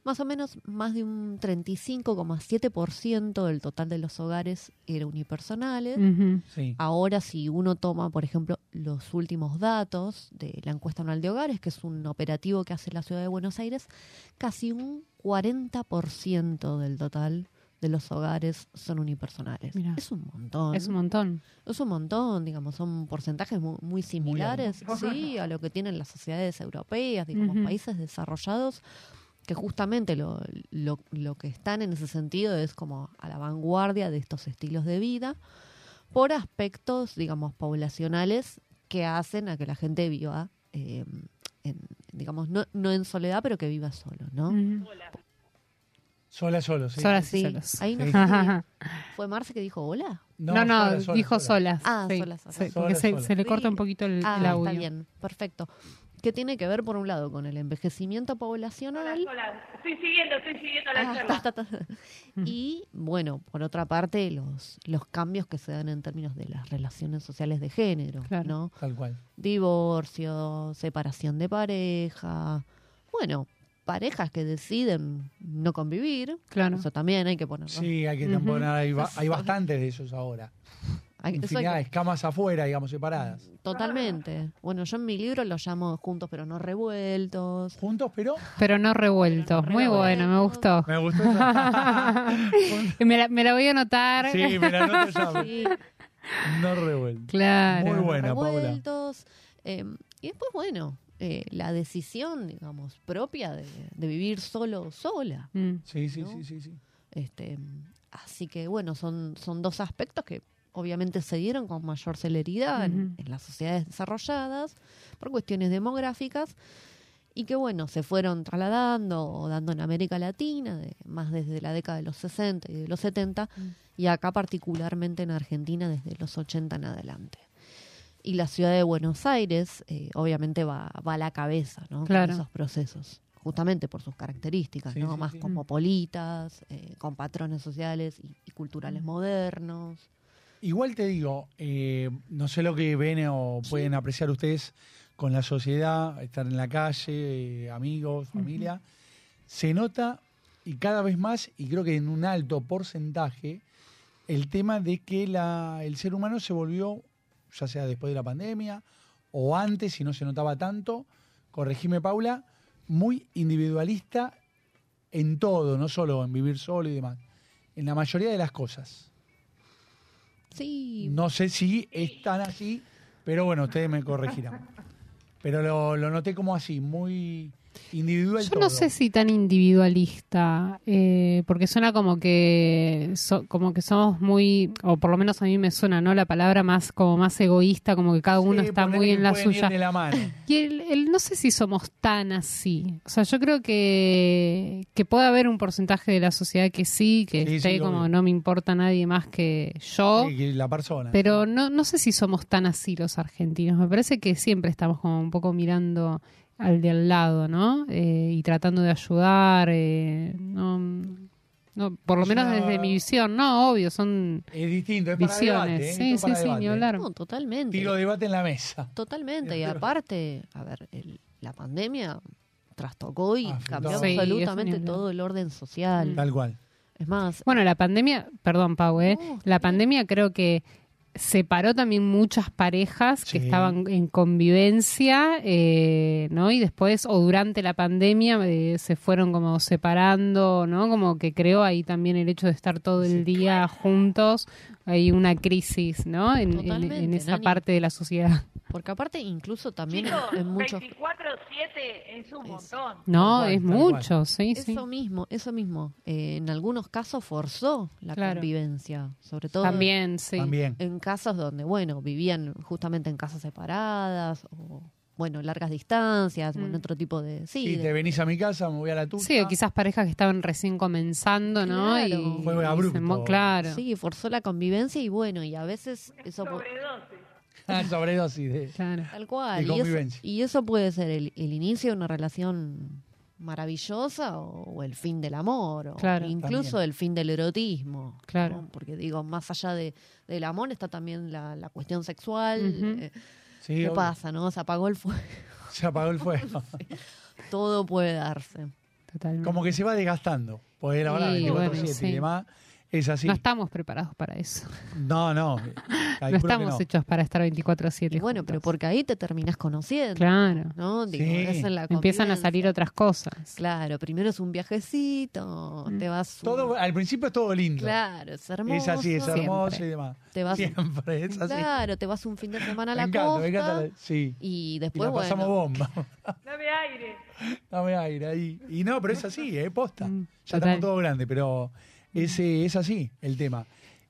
Speaker 8: más o menos más de un 35,7% del total de los hogares era unipersonales.
Speaker 4: Ujú.
Speaker 3: Sí.
Speaker 8: Ahora, si uno toma, por ejemplo, los últimos datos de la encuesta anual de hogares, que es un operativo que hace la ciudad de Buenos Aires, casi un 40% del total de los hogares son unipersonales.
Speaker 4: Mirá.
Speaker 8: Es un montón.
Speaker 4: Es un montón.
Speaker 8: Es un montón, digamos, son porcentajes mu- muy, similares, sí, a lo que tienen las sociedades europeas, digamos,
Speaker 4: Ujú.
Speaker 8: países desarrollados, que justamente lo, lo, lo que están en ese sentido es como a la vanguardia de estos estilos de vida, por aspectos, digamos, poblacionales que hacen a que la gente viva, eh, en- digamos, no, no en soledad, pero que viva solo, ¿no?
Speaker 4: Ujú.
Speaker 3: Sola, solo, sí.
Speaker 4: Sola,
Speaker 8: Sí,
Speaker 4: sí. solos.
Speaker 8: ahí no
Speaker 3: Sí.
Speaker 8: sé si
Speaker 4: Ajá.
Speaker 8: fue Marce que dijo hola.
Speaker 4: No, no, dijo solas.
Speaker 8: Ah,
Speaker 4: sí,
Speaker 8: solas, solas.
Speaker 4: sí, porque
Speaker 3: Solas,
Speaker 4: se,
Speaker 3: solas.
Speaker 4: se le corta un poquito el,
Speaker 8: Ah,
Speaker 4: el audio.
Speaker 8: está bien, perfecto. Que tiene que ver, por un lado, con el envejecimiento
Speaker 5: Hola,
Speaker 8: poblacional.
Speaker 5: hola. Estoy siguiendo, estoy siguiendo la
Speaker 8: Ah,
Speaker 5: charla.
Speaker 8: ta, ta, ta. Y, bueno, por otra parte, los, los cambios que se dan en términos de las relaciones sociales de género,
Speaker 4: Claro.
Speaker 8: ¿no?
Speaker 3: Tal cual.
Speaker 8: Divorcio, separación de pareja. Bueno, parejas que deciden no convivir.
Speaker 4: Claro.
Speaker 8: Eso también hay que ponerlo.
Speaker 3: Sí, hay que
Speaker 4: Ujú.
Speaker 3: poner, hay, ba- hay bastantes de esos ahora.
Speaker 8: Hay- eso hay que-
Speaker 3: Infinidad de escamas afuera, digamos, separadas.
Speaker 8: totalmente. Bueno, yo en mi libro los llamo juntos pero no revueltos.
Speaker 3: Juntos, pero
Speaker 4: Pero no revueltos. Muy bueno, me gustó.
Speaker 3: me gustó. esa-
Speaker 4: me, la, me la voy a anotar.
Speaker 3: sí, me la noto ya.
Speaker 8: Sí.
Speaker 3: No revuelto.
Speaker 4: Claro.
Speaker 3: Muy buena, Paula.
Speaker 8: revueltos. eh, y después, bueno, eh, la decisión, digamos, propia de, de vivir solo o sola.
Speaker 4: Mm.
Speaker 3: Sí, sí,
Speaker 8: ¿No?
Speaker 3: sí, sí, sí.
Speaker 8: Este, así que, bueno, son, son dos aspectos que obviamente se dieron con mayor celeridad en,
Speaker 4: Ujú.
Speaker 8: en las sociedades desarrolladas por cuestiones demográficas y que, bueno, se fueron trasladando o dando en América Latina, de- más desde la década de los 60 y de los 70,
Speaker 4: Mm.
Speaker 8: y acá particularmente en Argentina desde los 80 en adelante. Y la ciudad de Buenos Aires, eh, obviamente, va, va a la cabeza ¿no? con
Speaker 4: Claro.
Speaker 8: esos procesos. justamente por sus características,
Speaker 3: Sí,
Speaker 8: ¿no?
Speaker 3: sí,
Speaker 8: Más
Speaker 3: sí.
Speaker 8: cosmopolitas, eh, con patrones sociales y, y culturales modernos.
Speaker 3: Igual te digo, eh, no sé lo que ven o pueden apreciar ustedes con la sociedad, estar en la calle, eh, amigos, familia. Se nota y cada vez más, y creo que en un alto porcentaje, el tema de que la, el ser humano se volvió, ya sea después de la pandemia o antes, si no se notaba tanto, corregime Paula, muy individualista en todo, no solo en vivir solo y demás, en la mayoría de las cosas.
Speaker 8: Sí,
Speaker 3: No sé si es tan así, pero bueno, ustedes me corregirán. Pero lo, lo noté como así, muy individual.
Speaker 4: Yo no
Speaker 3: todo.
Speaker 4: sé si tan individualista, eh, porque suena como que so- como que somos muy, o por lo menos a mí me suena, ¿no? La palabra más como más egoísta, como que cada uno
Speaker 3: Sí,
Speaker 4: está
Speaker 3: ponele
Speaker 4: muy
Speaker 3: que
Speaker 4: en la
Speaker 3: pueden ir
Speaker 4: suya.
Speaker 3: de la mano.
Speaker 4: Y el, el- no sé si somos tan así. O sea, yo creo que, que puede haber un porcentaje de la sociedad que sí, que
Speaker 3: Sí, sí,
Speaker 4: esté
Speaker 3: obvio.
Speaker 4: como no me importa nadie más que yo.
Speaker 3: Sí, que la persona.
Speaker 4: Pero no, no sé si somos tan así los argentinos. Me parece que siempre estamos como un poco mirando al de al lado, ¿no? Eh, y tratando de ayudar. eh, no, no, por lo
Speaker 3: Es
Speaker 4: menos
Speaker 3: una-
Speaker 4: desde mi visión, no, obvio, son
Speaker 3: es distinto, es para
Speaker 4: visiones.
Speaker 3: debate. ¿eh?
Speaker 4: sí,
Speaker 3: Esto
Speaker 4: sí,
Speaker 3: para
Speaker 4: sí, ni
Speaker 3: debate.
Speaker 4: hablar.
Speaker 8: no, totalmente.
Speaker 3: Tiro debate en la mesa.
Speaker 8: Totalmente, y
Speaker 3: Pero-
Speaker 8: aparte, a ver, el- la pandemia trastocó y
Speaker 3: Afectó.
Speaker 8: cambió
Speaker 3: Sí,
Speaker 8: absolutamente
Speaker 4: definitivamente.
Speaker 8: todo el orden
Speaker 4: Mm.
Speaker 8: social.
Speaker 3: Tal cual.
Speaker 8: Es más,
Speaker 4: Bueno, la pandemia, perdón, Pau, ¿eh?
Speaker 8: No, está
Speaker 4: la
Speaker 8: bien.
Speaker 4: pandemia creo que separó también muchas parejas que
Speaker 3: Sí.
Speaker 4: estaban en convivencia, eh, ¿no? Y después, o durante la pandemia, eh, se fueron como separando, ¿no? Como que creó ahí también el hecho de estar todo el día juntos, hay una crisis, ¿no? En, en- en
Speaker 8: Totalmente,
Speaker 4: esa
Speaker 8: Nani.
Speaker 4: parte de la sociedad.
Speaker 8: porque aparte incluso también en-
Speaker 5: Chicos,
Speaker 8: en muchos
Speaker 5: 24-7 es un montón.
Speaker 4: No,
Speaker 3: cual,
Speaker 4: es
Speaker 3: tal cual.
Speaker 4: mucho, sí, sí.
Speaker 8: Eso mismo, eso mismo. Eh, en algunos casos forzó la
Speaker 4: Claro.
Speaker 8: convivencia, sobre todo
Speaker 4: También, sí.
Speaker 3: También.
Speaker 8: en casos donde, bueno, vivían justamente en casas separadas o, bueno, largas distancias,
Speaker 4: Mm.
Speaker 8: bueno, otro tipo de... Sí,
Speaker 3: Sí,
Speaker 8: de-
Speaker 3: te venís a mi casa, me voy a la tuya.
Speaker 4: Sí, o quizás parejas que estaban recién comenzando, ¿no?
Speaker 8: Claro.
Speaker 4: Y,
Speaker 3: Fue
Speaker 4: y se
Speaker 3: abrupto.
Speaker 4: mo- claro.
Speaker 8: sí, forzó la convivencia y bueno, y a veces eso... po-
Speaker 5: Sobredosis.
Speaker 3: Ah, sobredosis de-
Speaker 4: claro.
Speaker 8: Tal cual.
Speaker 3: Y
Speaker 8: Y, eso,
Speaker 3: convivencia.
Speaker 8: y eso puede ser el, el inicio de una relación maravillosa o, o el fin del amor, o
Speaker 4: Claro.
Speaker 8: incluso
Speaker 3: También.
Speaker 8: el fin del erotismo.
Speaker 4: Claro.
Speaker 8: ¿no? Porque digo, más allá de, del amor está también la, la cuestión sexual.
Speaker 4: Ujú.
Speaker 8: eh,
Speaker 3: Sí,
Speaker 8: ¿Qué
Speaker 3: obvio.
Speaker 8: pasa, no? Se apagó el fuego.
Speaker 3: Se apagó el fuego.
Speaker 8: Todo puede darse.
Speaker 4: Totalmente.
Speaker 3: Como que se va desgastando. Porque la verdad,
Speaker 4: Sí,
Speaker 3: 24
Speaker 4: bueno,
Speaker 3: siete y
Speaker 4: sí.
Speaker 3: demás, es así.
Speaker 4: No estamos preparados para eso.
Speaker 3: No, no.
Speaker 4: no
Speaker 3: calculo que
Speaker 4: estamos hechos para estar 24-7.
Speaker 8: Y bueno,
Speaker 4: juntos.
Speaker 8: pero porque ahí te terminás conociendo.
Speaker 4: Claro.
Speaker 8: ¿no? Digo,
Speaker 3: Sí.
Speaker 8: es en la
Speaker 4: Empiezan a
Speaker 8: convivencia.
Speaker 4: salir otras cosas.
Speaker 8: Claro, primero es un viajecito, te vas. un-
Speaker 3: Mm. Todo, al principio es todo lindo.
Speaker 8: Claro, es hermoso.
Speaker 3: Es así, es
Speaker 4: Siempre.
Speaker 3: hermoso y demás.
Speaker 8: Te vas-
Speaker 3: Siempre, es así.
Speaker 8: Claro, te vas un fin de semana a la
Speaker 3: me encanta,
Speaker 8: costa
Speaker 3: me encanta. la- Sí.
Speaker 8: y
Speaker 3: Y
Speaker 8: después
Speaker 3: la pasamos
Speaker 8: bueno,
Speaker 3: bomba.
Speaker 5: Dame aire.
Speaker 3: Dame aire ahí. Y no, pero es así, ¿eh? Posta.
Speaker 4: Mm,
Speaker 3: ya
Speaker 4: total.
Speaker 3: estamos todos grandes, pero
Speaker 8: Mm.
Speaker 3: ese, es así el tema.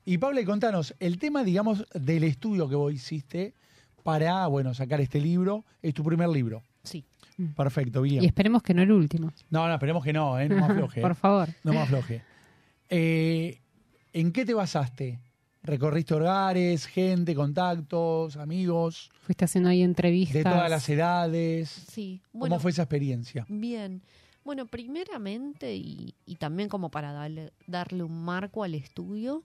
Speaker 3: Y Pablo, y contanos, el tema, digamos, del estudio que vos hiciste para, bueno, sacar este libro, es tu primer libro.
Speaker 8: sí,
Speaker 3: Perfecto,
Speaker 4: Y
Speaker 3: bien.
Speaker 4: esperemos que no el último.
Speaker 3: No, no, esperemos que no, ¿eh? No más floje.
Speaker 4: Por favor.
Speaker 3: No más floje. Eh, ¿En qué te basaste? ¿Recorriste hogares, gente, contactos, amigos,
Speaker 4: Fuiste haciendo ahí entrevistas.
Speaker 3: de todas las edades?
Speaker 8: sí.
Speaker 3: ¿Cómo
Speaker 8: Bueno,
Speaker 3: fue esa experiencia?
Speaker 8: bien. Bueno, primeramente y, y también como para darle, darle un marco al estudio,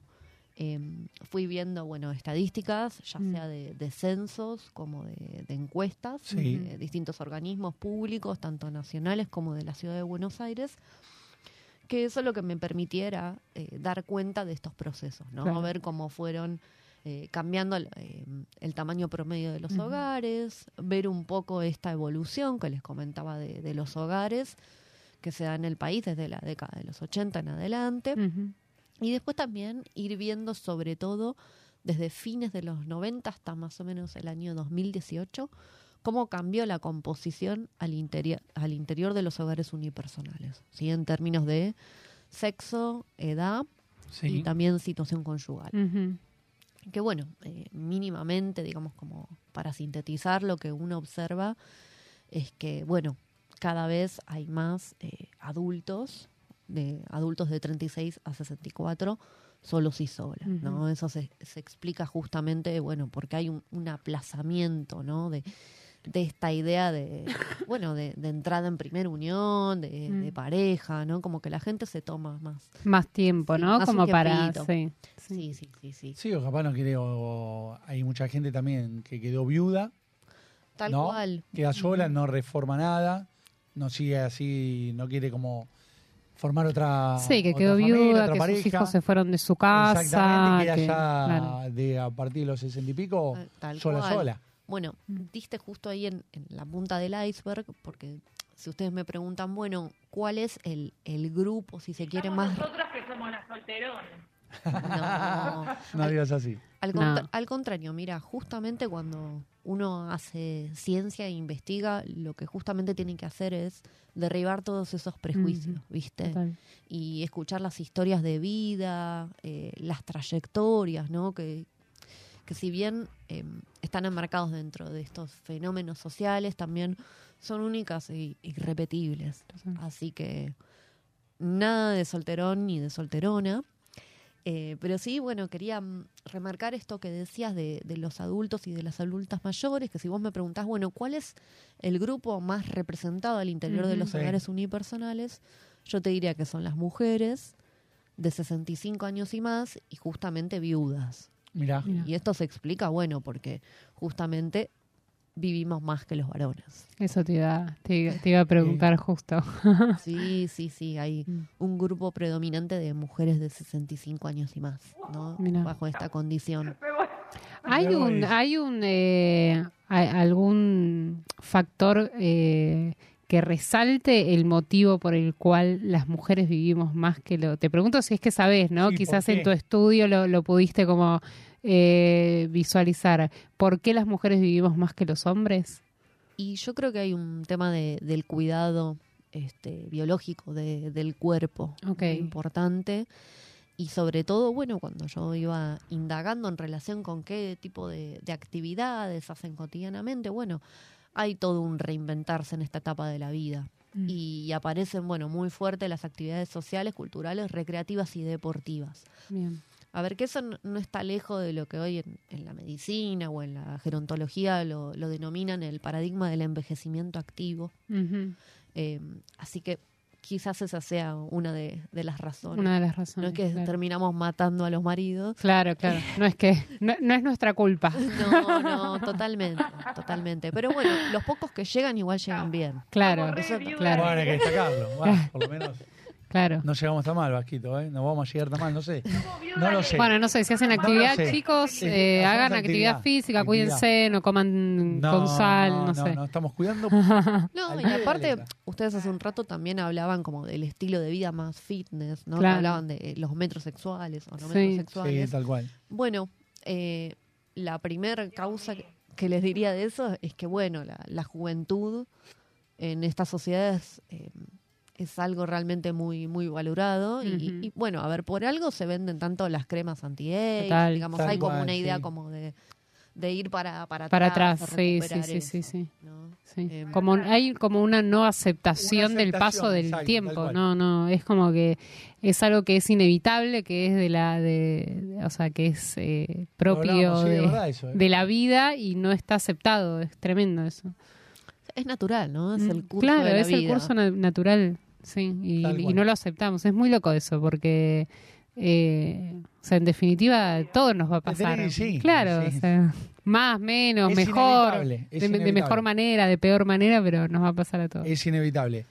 Speaker 8: eh, fui viendo, bueno, estadísticas, ya sea de, de censos como de, de encuestas,
Speaker 3: Sí.
Speaker 8: de distintos organismos públicos, tanto nacionales como de la ciudad de Buenos Aires, que eso es lo que me permitiera eh, dar cuenta de estos procesos, ¿no?
Speaker 4: Claro.
Speaker 8: Ver cómo fueron eh, cambiando el, eh, el tamaño promedio de los hogares, ver un poco esta evolución que les comentaba de, de los hogares que se da en el país desde la década de los 80 en adelante.
Speaker 4: Ujú.
Speaker 8: Y después también ir viendo sobre todo desde fines de los 90 hasta más o menos el año 2018 cómo cambió la composición al interior al interior de los hogares unipersonales, ¿sí? en términos de sexo, edad y también situación conyugal.
Speaker 4: Ujú.
Speaker 8: Que bueno, eh, mínimamente, digamos como para sintetizar lo que uno observa es que bueno, cada vez hay más eh, adultos de adultos de 36 a 64 solos y solas, ¿no? Eso se, se explica justamente, bueno, porque hay un, un aplazamiento, ¿no? De, de esta idea de, bueno, de, de entrada en primera unión, de, de pareja, ¿no? Como que la gente se toma más.
Speaker 4: Más tiempo,
Speaker 8: Sí,
Speaker 4: ¿no?
Speaker 8: más un
Speaker 4: Como para...
Speaker 8: tiempito.
Speaker 4: Sí.
Speaker 8: Sí, sí, sí, sí.
Speaker 3: Sí, o capaz no quiere. o- hay mucha gente también que quedó viuda,
Speaker 8: Tal
Speaker 3: ¿no?
Speaker 8: cual.
Speaker 3: Queda sola, no reforma nada, no sigue así, no quiere como formar otra.
Speaker 4: Sí, que
Speaker 3: Ah, otra
Speaker 4: quedó
Speaker 3: familia,
Speaker 4: viuda,
Speaker 3: otra
Speaker 4: que sus
Speaker 3: pareja.
Speaker 4: hijos se fueron de su casa.
Speaker 3: Exactamente, que
Speaker 4: que-
Speaker 3: era ya
Speaker 4: claro.
Speaker 3: de a partir de los sesenta y pico,
Speaker 8: Ah, tal
Speaker 3: sola,
Speaker 8: cual.
Speaker 3: sola.
Speaker 8: Bueno,
Speaker 4: Mm.
Speaker 8: diste justo ahí en, en la punta del iceberg, porque si ustedes me preguntan, bueno, ¿cuál es el, el grupo, si se quiere
Speaker 5: Somos
Speaker 8: más...
Speaker 5: Nosotros que somos las solteronas.
Speaker 8: No.
Speaker 3: No digas así.
Speaker 8: Al,
Speaker 4: No.
Speaker 8: contra- al contrario, mira, justamente cuando uno hace ciencia e investiga, lo que justamente tiene que hacer es derribar todos esos prejuicios, ¿viste?
Speaker 4: Mm, Total.
Speaker 8: Y escuchar las historias de vida, eh, las trayectorias, ¿no? Que, que si bien eh, están enmarcados dentro de estos fenómenos sociales, también son únicas e irrepetibles. Así que nada de solterón ni de solterona. Eh, pero sí, bueno, quería mm, remarcar esto que decías de, de los adultos y de las adultas mayores, que si vos me preguntás, bueno, ¿cuál es el grupo más representado al interior de
Speaker 4: Ujú.
Speaker 8: los
Speaker 3: Sí.
Speaker 8: hogares unipersonales? Yo te diría que son las mujeres de 65 años y más y justamente viudas.
Speaker 3: Mirá.
Speaker 4: Mirá.
Speaker 8: Y esto se explica, bueno, porque justamente vivimos más que los varones.
Speaker 4: Eso te iba, te, te iba a preguntar justo.
Speaker 8: Sí, sí, sí, hay
Speaker 4: Mm.
Speaker 8: un grupo predominante de mujeres de 65 años y más, ¿no?
Speaker 4: Mirá.
Speaker 8: Bajo esta condición.
Speaker 5: Me voy.
Speaker 4: ¿Hay
Speaker 3: Mirá
Speaker 4: un,
Speaker 3: vos.
Speaker 4: hay un eh, a- algún factor eh, que resalte el motivo por el cual las mujeres vivimos más que lo... Te pregunto si es que sabes, ¿no?
Speaker 3: Sí, ¿por
Speaker 4: Quizás
Speaker 3: qué?
Speaker 4: en tu estudio lo, lo pudiste como eh, visualizar. ¿Por qué las mujeres vivimos más que los hombres?
Speaker 8: Y yo creo que hay un tema de- del cuidado este, biológico de- del cuerpo
Speaker 4: Ok.
Speaker 8: muy importante. Y sobre todo, bueno, cuando yo iba indagando en relación con qué tipo de, de actividades hacen cotidianamente, bueno, hay todo un reinventarse en esta etapa de la vida. Y aparecen, bueno, muy fuerte las actividades sociales, culturales, recreativas y deportivas.
Speaker 4: Bien.
Speaker 8: A ver, que eso no no está lejos de lo que hoy en, en la medicina o en la gerontología lo, lo denominan el paradigma del envejecimiento activo.
Speaker 4: Ujú.
Speaker 8: Eh, así que quizás esa sea una de, de las razones.
Speaker 4: Una de las
Speaker 8: no
Speaker 4: razones.
Speaker 8: es que
Speaker 4: claro.
Speaker 8: terminamos matando a los maridos.
Speaker 4: Claro, claro. No es que no, no es nuestra culpa.
Speaker 8: No, no, totalmente, totalmente. Pero bueno, los pocos que llegan igual llegan bien.
Speaker 4: Claro,
Speaker 5: Corre,
Speaker 8: eso-
Speaker 5: viuda.
Speaker 4: claro.
Speaker 3: Bueno, hay que destacarlo. Bueno, por lo menos
Speaker 4: claro.
Speaker 3: no llegamos tan mal, Vasquito, ¿eh? No vamos a llegar tan mal, no sé. No lo sé.
Speaker 4: Bueno, no sé, si hacen actividad,
Speaker 3: no sé.
Speaker 4: chicos,
Speaker 3: Sí,
Speaker 4: eh,
Speaker 3: hacemos
Speaker 4: hagan actividad,
Speaker 3: actividad,
Speaker 4: física,
Speaker 3: actividad.
Speaker 4: cuídense, no coman con sal, no, sé.
Speaker 3: No, estamos cuidando.
Speaker 8: No,
Speaker 3: Al
Speaker 8: y
Speaker 3: pie de la
Speaker 8: aparte,
Speaker 3: letra.
Speaker 8: ustedes hace un rato también hablaban como del estilo de vida más fitness, ¿no?
Speaker 4: Claro.
Speaker 8: Hablaban de eh, los metros sexuales o no
Speaker 4: Sí.
Speaker 8: metros
Speaker 3: Sí,
Speaker 8: sexuales.
Speaker 3: tal cual.
Speaker 8: Bueno, eh, la primera causa que- que les diría de eso es que, bueno, la, la juventud en estas sociedades eh, es algo realmente muy muy valorado. y-
Speaker 4: Ujú.
Speaker 8: y, bueno, a ver, por algo se venden tanto las cremas anti-age,
Speaker 4: Total.
Speaker 8: digamos,
Speaker 3: Tal
Speaker 8: hay como
Speaker 3: cual,
Speaker 8: una idea
Speaker 3: sí.
Speaker 8: como de, de ir para, para,
Speaker 4: Para atrás,
Speaker 8: a
Speaker 4: sí, sí,
Speaker 8: recuperar
Speaker 4: sí, sí,
Speaker 8: eso,
Speaker 4: sí.
Speaker 8: ¿no?
Speaker 4: Sí.
Speaker 8: Eh,
Speaker 4: como hay como una no aceptación,
Speaker 3: Una
Speaker 4: del
Speaker 3: aceptación,
Speaker 4: paso del
Speaker 3: exacto, tal
Speaker 4: tiempo
Speaker 3: cual.
Speaker 4: no no es como que es algo que es inevitable que es de la de, de- o sea que es eh, propio
Speaker 3: hablábamos, sí,
Speaker 4: de,
Speaker 3: es verdad eso, eh.
Speaker 4: de la vida y no está aceptado es tremendo eso
Speaker 8: Es natural, ¿no? Es el
Speaker 4: Mm,
Speaker 8: curso
Speaker 4: claro
Speaker 8: de la
Speaker 4: es el
Speaker 8: vida.
Speaker 4: curso na- natural sí y,
Speaker 3: Tal
Speaker 4: y
Speaker 3: cual.
Speaker 4: no lo aceptamos es muy loco eso porque eh, o sea en definitiva todo nos va a pasar
Speaker 3: Sí, sí,
Speaker 4: claro
Speaker 3: sí.
Speaker 4: o sea, más menos
Speaker 3: Es
Speaker 4: mejor
Speaker 3: inevitable, es
Speaker 4: de- de,
Speaker 3: inevitable.
Speaker 4: mejor manera de peor manera pero nos va a pasar a todos
Speaker 3: Es inevitable.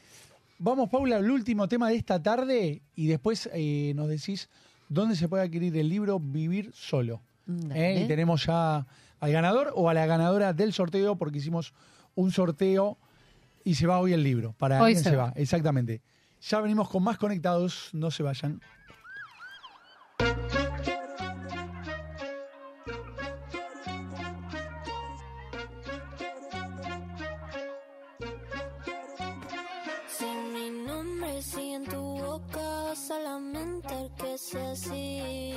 Speaker 3: Vamos, Paula, al último tema de esta tarde y después eh, nos decís dónde se puede adquirir el libro Vivir Solo.
Speaker 8: Mm, Dale.
Speaker 3: ¿eh? Y tenemos ya al ganador o a la ganadora del sorteo porque hicimos un sorteo y se va hoy el libro. Para
Speaker 4: Hoy
Speaker 3: quién
Speaker 4: se
Speaker 3: se
Speaker 4: va.
Speaker 3: va, exactamente. Ya venimos con más conectados, no se vayan.
Speaker 2: Si mi nombre sigue en tu boca, vas a lamentar que sea así.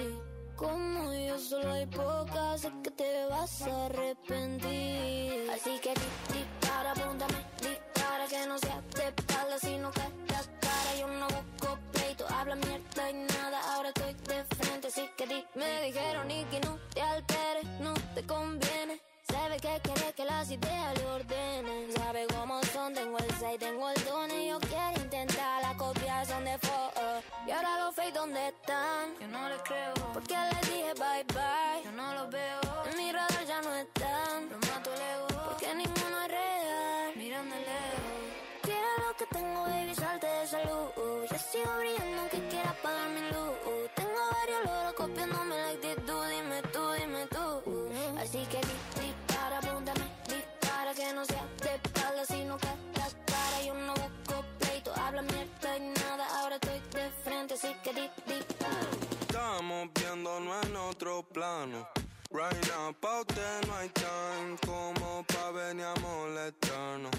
Speaker 2: Como yo solo hay pocas, sé que te vas a arrepentir. Así que di, dispara, apúntame, dispara, que no sea de espalda, sino que la cara. Yo no busco pleito, habla mierda y nada, ahora estoy de frente. Así que di, me dijeron y que no te alteres, no te conviene. Se ve
Speaker 11: que quiere que las ideas le ordenen. Sabe cómo son, tengo el 6, tengo el don. Yo quiero intentar la copiar, son de fo. eh. Y ahora los fake, ¿dónde están? Yo no les creo. Porque les dije bye bye. Yo no los veo. En mi radar ya no están. Los mato luego. Porque ninguno es real. Mirando lejos. Quiero lo que tengo, baby, salte de esa luz. Yo sigo brillando aunque quiera apagar mi luz. Tengo varios loros copiándome la actitud. Dime tú, dime tú. Así que di, dispara, apúntame, dispara. Que no sea de espalda, sino que la cara. Yo no busco pleito, habla mierda y nada. Ahora estoy de frente, así que di, dispara.
Speaker 7: Estamos viéndonos en otro plano. Right now, pa' usted no hay time como pa' venir a molestarnos.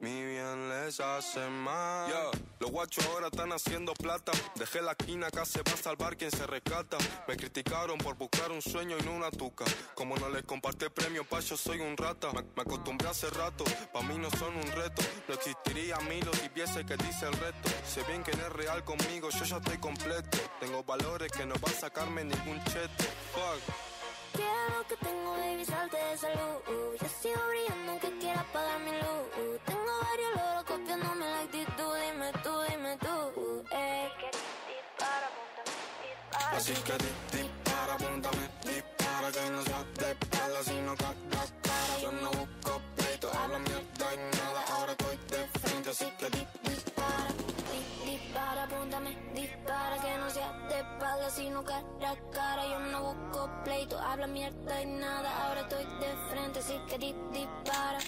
Speaker 7: Mi bien les hace mal. los guachos ahora están haciendo plata. Dejé la esquina, acá se va a salvar quien se rescata. Me criticaron por buscar un sueño y no una tuca. Como no les compartí el premio, pa' yo soy un rata. Me, me acostumbré hace rato, pa' mí no son un reto. No existiría a mí los viese que dice el resto. Sé bien que no es real conmigo, yo ya estoy completo. Tengo valores que no va a sacarme ningún cheto. Fuck.
Speaker 11: Quiero lo que tengo, baby, salte de esa luz. Yo sigo brillando aunque quiera apagar mi luz. Tengo varios loros copiándome la actitud. Dime tú, dime tú. Eh.
Speaker 7: Así que di, dispara, apúntame, dispara que no sea de espalda, sino que la cara. Yo no busco pleito, hablo mierda y nada, ahora estoy de frente, así que di,
Speaker 11: Dispara, di- dispara, apúntame, dispara que no sea de espalda, sino cara a cara. Yo no busco pleito, habla mierda y nada. Ahora estoy de frente, así que di- dispara.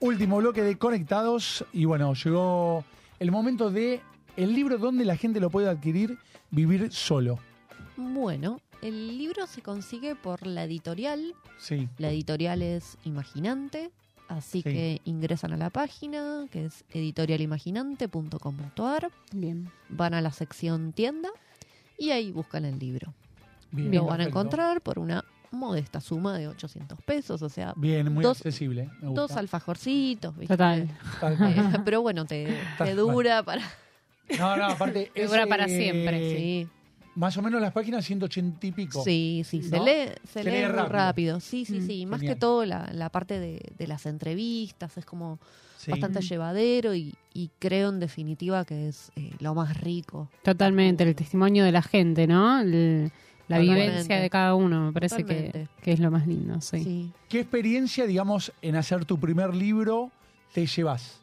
Speaker 3: Último bloque de Conectados. Y bueno, llegó el momento de el libro donde la gente lo puede adquirir, Vivir Solo.
Speaker 8: Bueno, el libro se consigue por la editorial.
Speaker 3: Sí.
Speaker 8: La editorial es Imaginante, así
Speaker 3: Sí.
Speaker 8: que ingresan a la página, que es editorialimaginante.com.ar,
Speaker 4: Bien.
Speaker 8: van a la sección tienda y ahí buscan el libro.
Speaker 3: Bien,
Speaker 8: Lo van a
Speaker 3: perfecto.
Speaker 8: encontrar por una modesta suma de 800 pesos, o sea,
Speaker 3: Bien, muy
Speaker 8: Dos-
Speaker 3: accesible. me gusta.
Speaker 8: dos alfajorcitos, ¿viste?
Speaker 4: Total.
Speaker 3: Tal
Speaker 8: Eh,
Speaker 3: cual.
Speaker 8: pero bueno, te, te dura para...
Speaker 3: No, no, aparte.
Speaker 4: Te
Speaker 3: es,
Speaker 4: dura para
Speaker 3: eh,
Speaker 4: siempre,
Speaker 8: Sí.
Speaker 3: Más o menos las páginas 180 y pico.
Speaker 8: Sí, sí, se
Speaker 3: ¿No?
Speaker 8: lee, se lee muy rápido.
Speaker 3: rápido.
Speaker 8: Sí, sí,
Speaker 4: Mm,
Speaker 8: sí. Más que
Speaker 3: genial.
Speaker 8: todo la, la parte de, de las entrevistas es como
Speaker 3: Sí.
Speaker 8: bastante
Speaker 4: Mm.
Speaker 8: llevadero y, y creo en definitiva que es eh, lo más rico.
Speaker 4: Totalmente, el testimonio de la gente, ¿no? El- la
Speaker 8: Totalmente.
Speaker 4: vivencia de cada uno, me parece que,
Speaker 8: Totalmente.
Speaker 4: que es lo más lindo, sí.
Speaker 8: Sí.
Speaker 4: sí.
Speaker 3: ¿Qué experiencia, digamos, en hacer tu primer libro te llevas?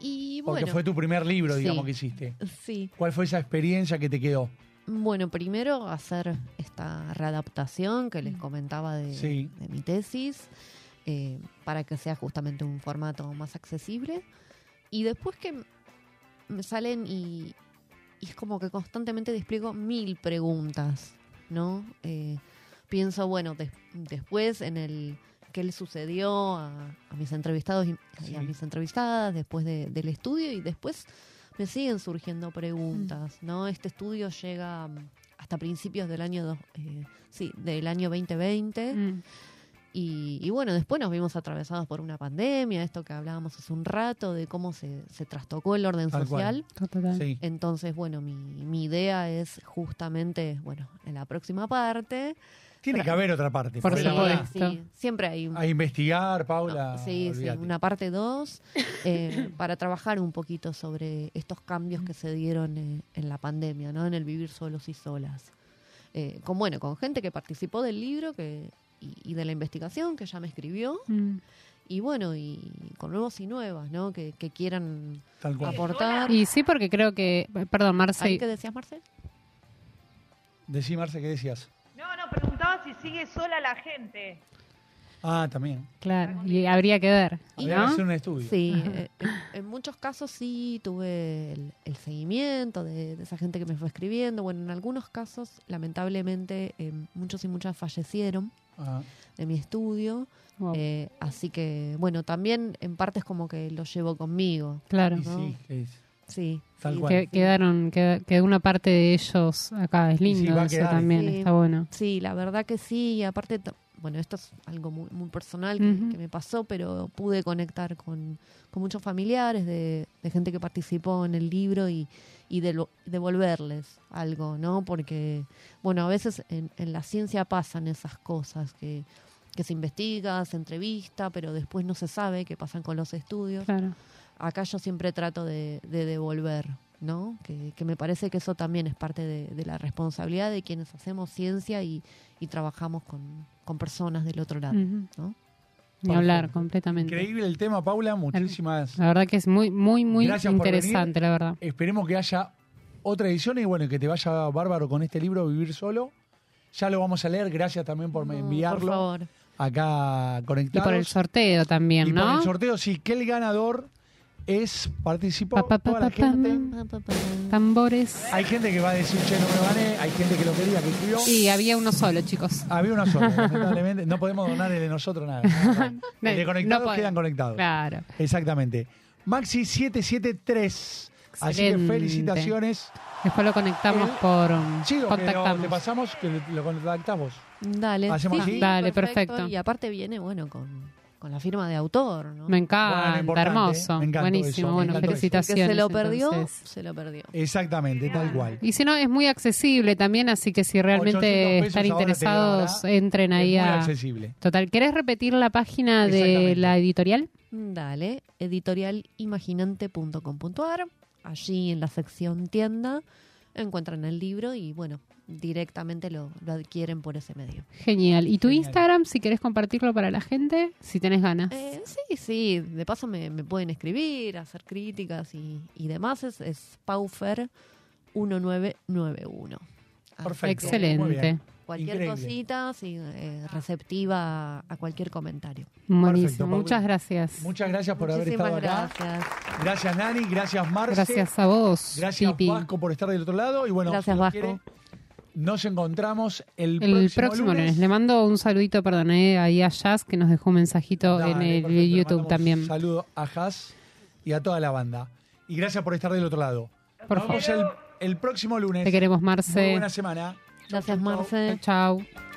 Speaker 8: Y
Speaker 3: Porque
Speaker 8: bueno,
Speaker 3: fue tu primer libro,
Speaker 8: Sí.
Speaker 3: digamos, que hiciste.
Speaker 8: sí.
Speaker 3: ¿Cuál fue esa experiencia que te quedó?
Speaker 8: Bueno, primero hacer esta readaptación que les comentaba de,
Speaker 3: Sí.
Speaker 8: de mi tesis eh, para que sea justamente un formato más accesible. Y después que m- me salen y, y es como que constantemente despliego mil preguntas, ¿no? Eh, pienso, bueno, des- después en el qué le sucedió a, a mis entrevistados y, y a
Speaker 3: Sí.
Speaker 8: mis entrevistadas después de- del estudio y después me siguen surgiendo preguntas,
Speaker 3: Mm.
Speaker 8: ¿no? Este estudio llega mm, hasta principios del año dos- eh, sí, del año 2020
Speaker 3: Mm.
Speaker 4: Mm,
Speaker 8: y, y bueno, después nos vimos atravesados por una pandemia, esto que hablábamos hace un rato de cómo se, se trastocó el orden
Speaker 3: Tal cual.
Speaker 8: social.
Speaker 4: total.
Speaker 3: Sí.
Speaker 8: Entonces, bueno, mi, mi idea es justamente, bueno, en la próxima parte.
Speaker 3: Tiene que haber otra parte.
Speaker 4: Por
Speaker 3: porque la
Speaker 4: supuesto.
Speaker 3: verdad,
Speaker 8: sí, siempre hay un-
Speaker 3: A investigar,
Speaker 8: no,
Speaker 3: Paula.
Speaker 8: sí, sí,
Speaker 3: olvídate.
Speaker 8: una parte 2 para trabajar un poquito sobre estos cambios que se dieron eh, en la pandemia, ¿no? En el vivir solos y solas. Eh, con, bueno, con gente que participó del libro que, y, y de la investigación, que ya me escribió.
Speaker 4: Mm.
Speaker 8: Y bueno, y con nuevos y nuevas, ¿no? Que, que quieran
Speaker 3: Tal cual.
Speaker 8: aportar.
Speaker 4: Y sí, porque creo que, perdón,
Speaker 8: ¿Ahí
Speaker 4: Marce,
Speaker 8: qué decías, Marcel?
Speaker 3: Decí, Marce, ¿qué decías?
Speaker 5: No, no, preguntaba si sigue sola la gente.
Speaker 3: Ah, también.
Speaker 4: Claro, y habría que ver,
Speaker 3: Habría
Speaker 4: ¿no?
Speaker 3: que hacer un estudio.
Speaker 8: Sí, eh, en, en muchos casos sí tuve el, el seguimiento de, de esa gente que me fue escribiendo. Bueno, en algunos casos, lamentablemente, eh, muchos y muchas fallecieron
Speaker 3: Ah,
Speaker 8: de mi estudio.
Speaker 4: Wow.
Speaker 8: Eh, así que, bueno, también en parte es como que lo llevo conmigo.
Speaker 4: Claro.
Speaker 3: y sí, que es-
Speaker 8: Sí.
Speaker 3: Tal
Speaker 8: sí,
Speaker 3: cual.
Speaker 4: Que- quedaron, queda- quedó una parte de ellos acá, es
Speaker 3: Y sí,
Speaker 4: lindo
Speaker 3: va a
Speaker 4: eso
Speaker 3: quedar.
Speaker 4: también,
Speaker 8: Sí.
Speaker 4: está bueno.
Speaker 8: Sí, la verdad que sí. Y aparte, ta- bueno, esto es algo muy, muy personal que,
Speaker 4: Ujú.
Speaker 8: que me pasó, pero pude conectar con, con muchos familiares de, de gente que participó en el libro y, y delo- devolverles algo, ¿no? Porque, bueno, a veces en, en la ciencia pasan esas cosas que, que se investiga, se entrevista, pero después no se sabe qué pasan con los estudios.
Speaker 4: Claro.
Speaker 8: Acá yo siempre trato de, de devolver, ¿no? Que, que me parece que eso también es parte de, de la responsabilidad de quienes hacemos ciencia y, y trabajamos con, con personas del otro lado.
Speaker 4: Ujú.
Speaker 8: ¿no?
Speaker 4: Ni hablar completamente.
Speaker 3: Ah, Increíble el tema, Paula. Muchísimas.
Speaker 4: La verdad que es muy, muy, muy
Speaker 3: Gracias por
Speaker 4: interesante, la verdad.
Speaker 3: Esperemos que haya otra edición y bueno, que te vaya bárbaro con este libro, Vivir Solo. Ya lo vamos a leer. Gracias también por
Speaker 8: No,
Speaker 3: enviarlo
Speaker 8: Por favor.
Speaker 3: acá
Speaker 4: Y
Speaker 3: conectados.
Speaker 4: por el sorteo también,
Speaker 3: Y por
Speaker 4: ¿no?
Speaker 3: el sorteo, sí, que el ganador es, participó
Speaker 4: Pa, pa, pa,
Speaker 3: toda la
Speaker 4: pa, pam.
Speaker 3: gente.
Speaker 8: Pa, pa, pa.
Speaker 4: Tambores.
Speaker 3: Hay gente que va a decir, che, no me gané. Hay gente que lo quería, que escribió. Ah,
Speaker 4: Y había uno solo, chicos.
Speaker 3: Había una sola, lamentablemente. No podemos donar el de nosotros nada. nada. El de
Speaker 4: No
Speaker 3: conectados
Speaker 4: podemos.
Speaker 3: quedan conectados.
Speaker 4: Claro.
Speaker 3: Exactamente. Maxi 773. Así que
Speaker 4: Excelente.
Speaker 3: felicitaciones.
Speaker 4: Después lo conectamos
Speaker 3: El-
Speaker 4: por... um,
Speaker 3: Sí, o que lo, te
Speaker 4: contactamos.
Speaker 3: pasamos, que lo contactamos.
Speaker 8: Dale.
Speaker 3: ¿Hacemos así?
Speaker 4: Dale, perfecto.
Speaker 8: Y aparte viene, bueno, con, con la firma de autor, ¿no?
Speaker 4: Me
Speaker 3: Bueno,
Speaker 4: encanta,
Speaker 3: importante,
Speaker 4: hermoso.
Speaker 3: me encantó
Speaker 4: Buenísimo,
Speaker 3: eso, me
Speaker 4: bueno,
Speaker 3: encantó eso.
Speaker 8: Que
Speaker 4: felicitaciones.
Speaker 8: se lo perdió,
Speaker 4: entonces.
Speaker 8: se lo perdió.
Speaker 3: Exactamente, tal cual.
Speaker 4: Y si no, es muy accesible también, así que si realmente
Speaker 3: 800 pesos
Speaker 4: están
Speaker 3: ahora te
Speaker 4: interesados,
Speaker 3: dará.
Speaker 4: entren
Speaker 3: Es
Speaker 4: ahí
Speaker 3: muy
Speaker 4: a...
Speaker 3: accesible.
Speaker 4: Total, ¿querés repetir la página de
Speaker 3: Exactamente.
Speaker 4: la editorial?
Speaker 8: Dale, editorialimaginante.com.ar. Allí en la sección tienda encuentran el libro y bueno, directamente lo, lo adquieren por ese medio.
Speaker 4: Genial. ¿Y tu
Speaker 3: Genial.
Speaker 4: Instagram, si querés compartirlo para la gente, si tenés ganas?
Speaker 8: Eh, sí, sí, de paso me, me pueden escribir, hacer críticas y, y demás. Es, es Paufer1991. Así que
Speaker 3: Perfecto. Muy
Speaker 4: Excelente.
Speaker 3: bien.
Speaker 8: Cualquier
Speaker 3: Increíble.
Speaker 8: cosita, sí, eh, receptiva a cualquier comentario.
Speaker 4: Buenísimo.
Speaker 3: Paula.
Speaker 4: Muchas gracias.
Speaker 3: Muchas gracias por
Speaker 8: Muchísimas
Speaker 3: haber estado acá.
Speaker 8: gracias.
Speaker 3: Gracias, Nani. Gracias, Marce.
Speaker 4: Gracias a vos,
Speaker 3: Gracias,
Speaker 4: Pipi.
Speaker 3: Vasco, por estar del otro lado. Y bueno,
Speaker 8: Gracias,
Speaker 3: si
Speaker 8: Vasco.
Speaker 3: quiere, nos encontramos el,
Speaker 4: El próximo, lunes. Le mando un saludito, perdón, eh, ahí a Jazz, que nos dejó un mensajito
Speaker 3: Dale,
Speaker 4: en el
Speaker 3: perfecto, le
Speaker 4: YouTube
Speaker 3: mandamos
Speaker 4: también.
Speaker 3: Un saludo a Haas y a toda la banda. Y gracias por estar del otro lado.
Speaker 4: Por
Speaker 3: Nos vemos
Speaker 4: favor.
Speaker 3: el, el próximo lunes.
Speaker 4: Te queremos,
Speaker 3: Muy
Speaker 4: Marce.
Speaker 3: buena semana.
Speaker 8: Gracias, Marce.
Speaker 4: Chao.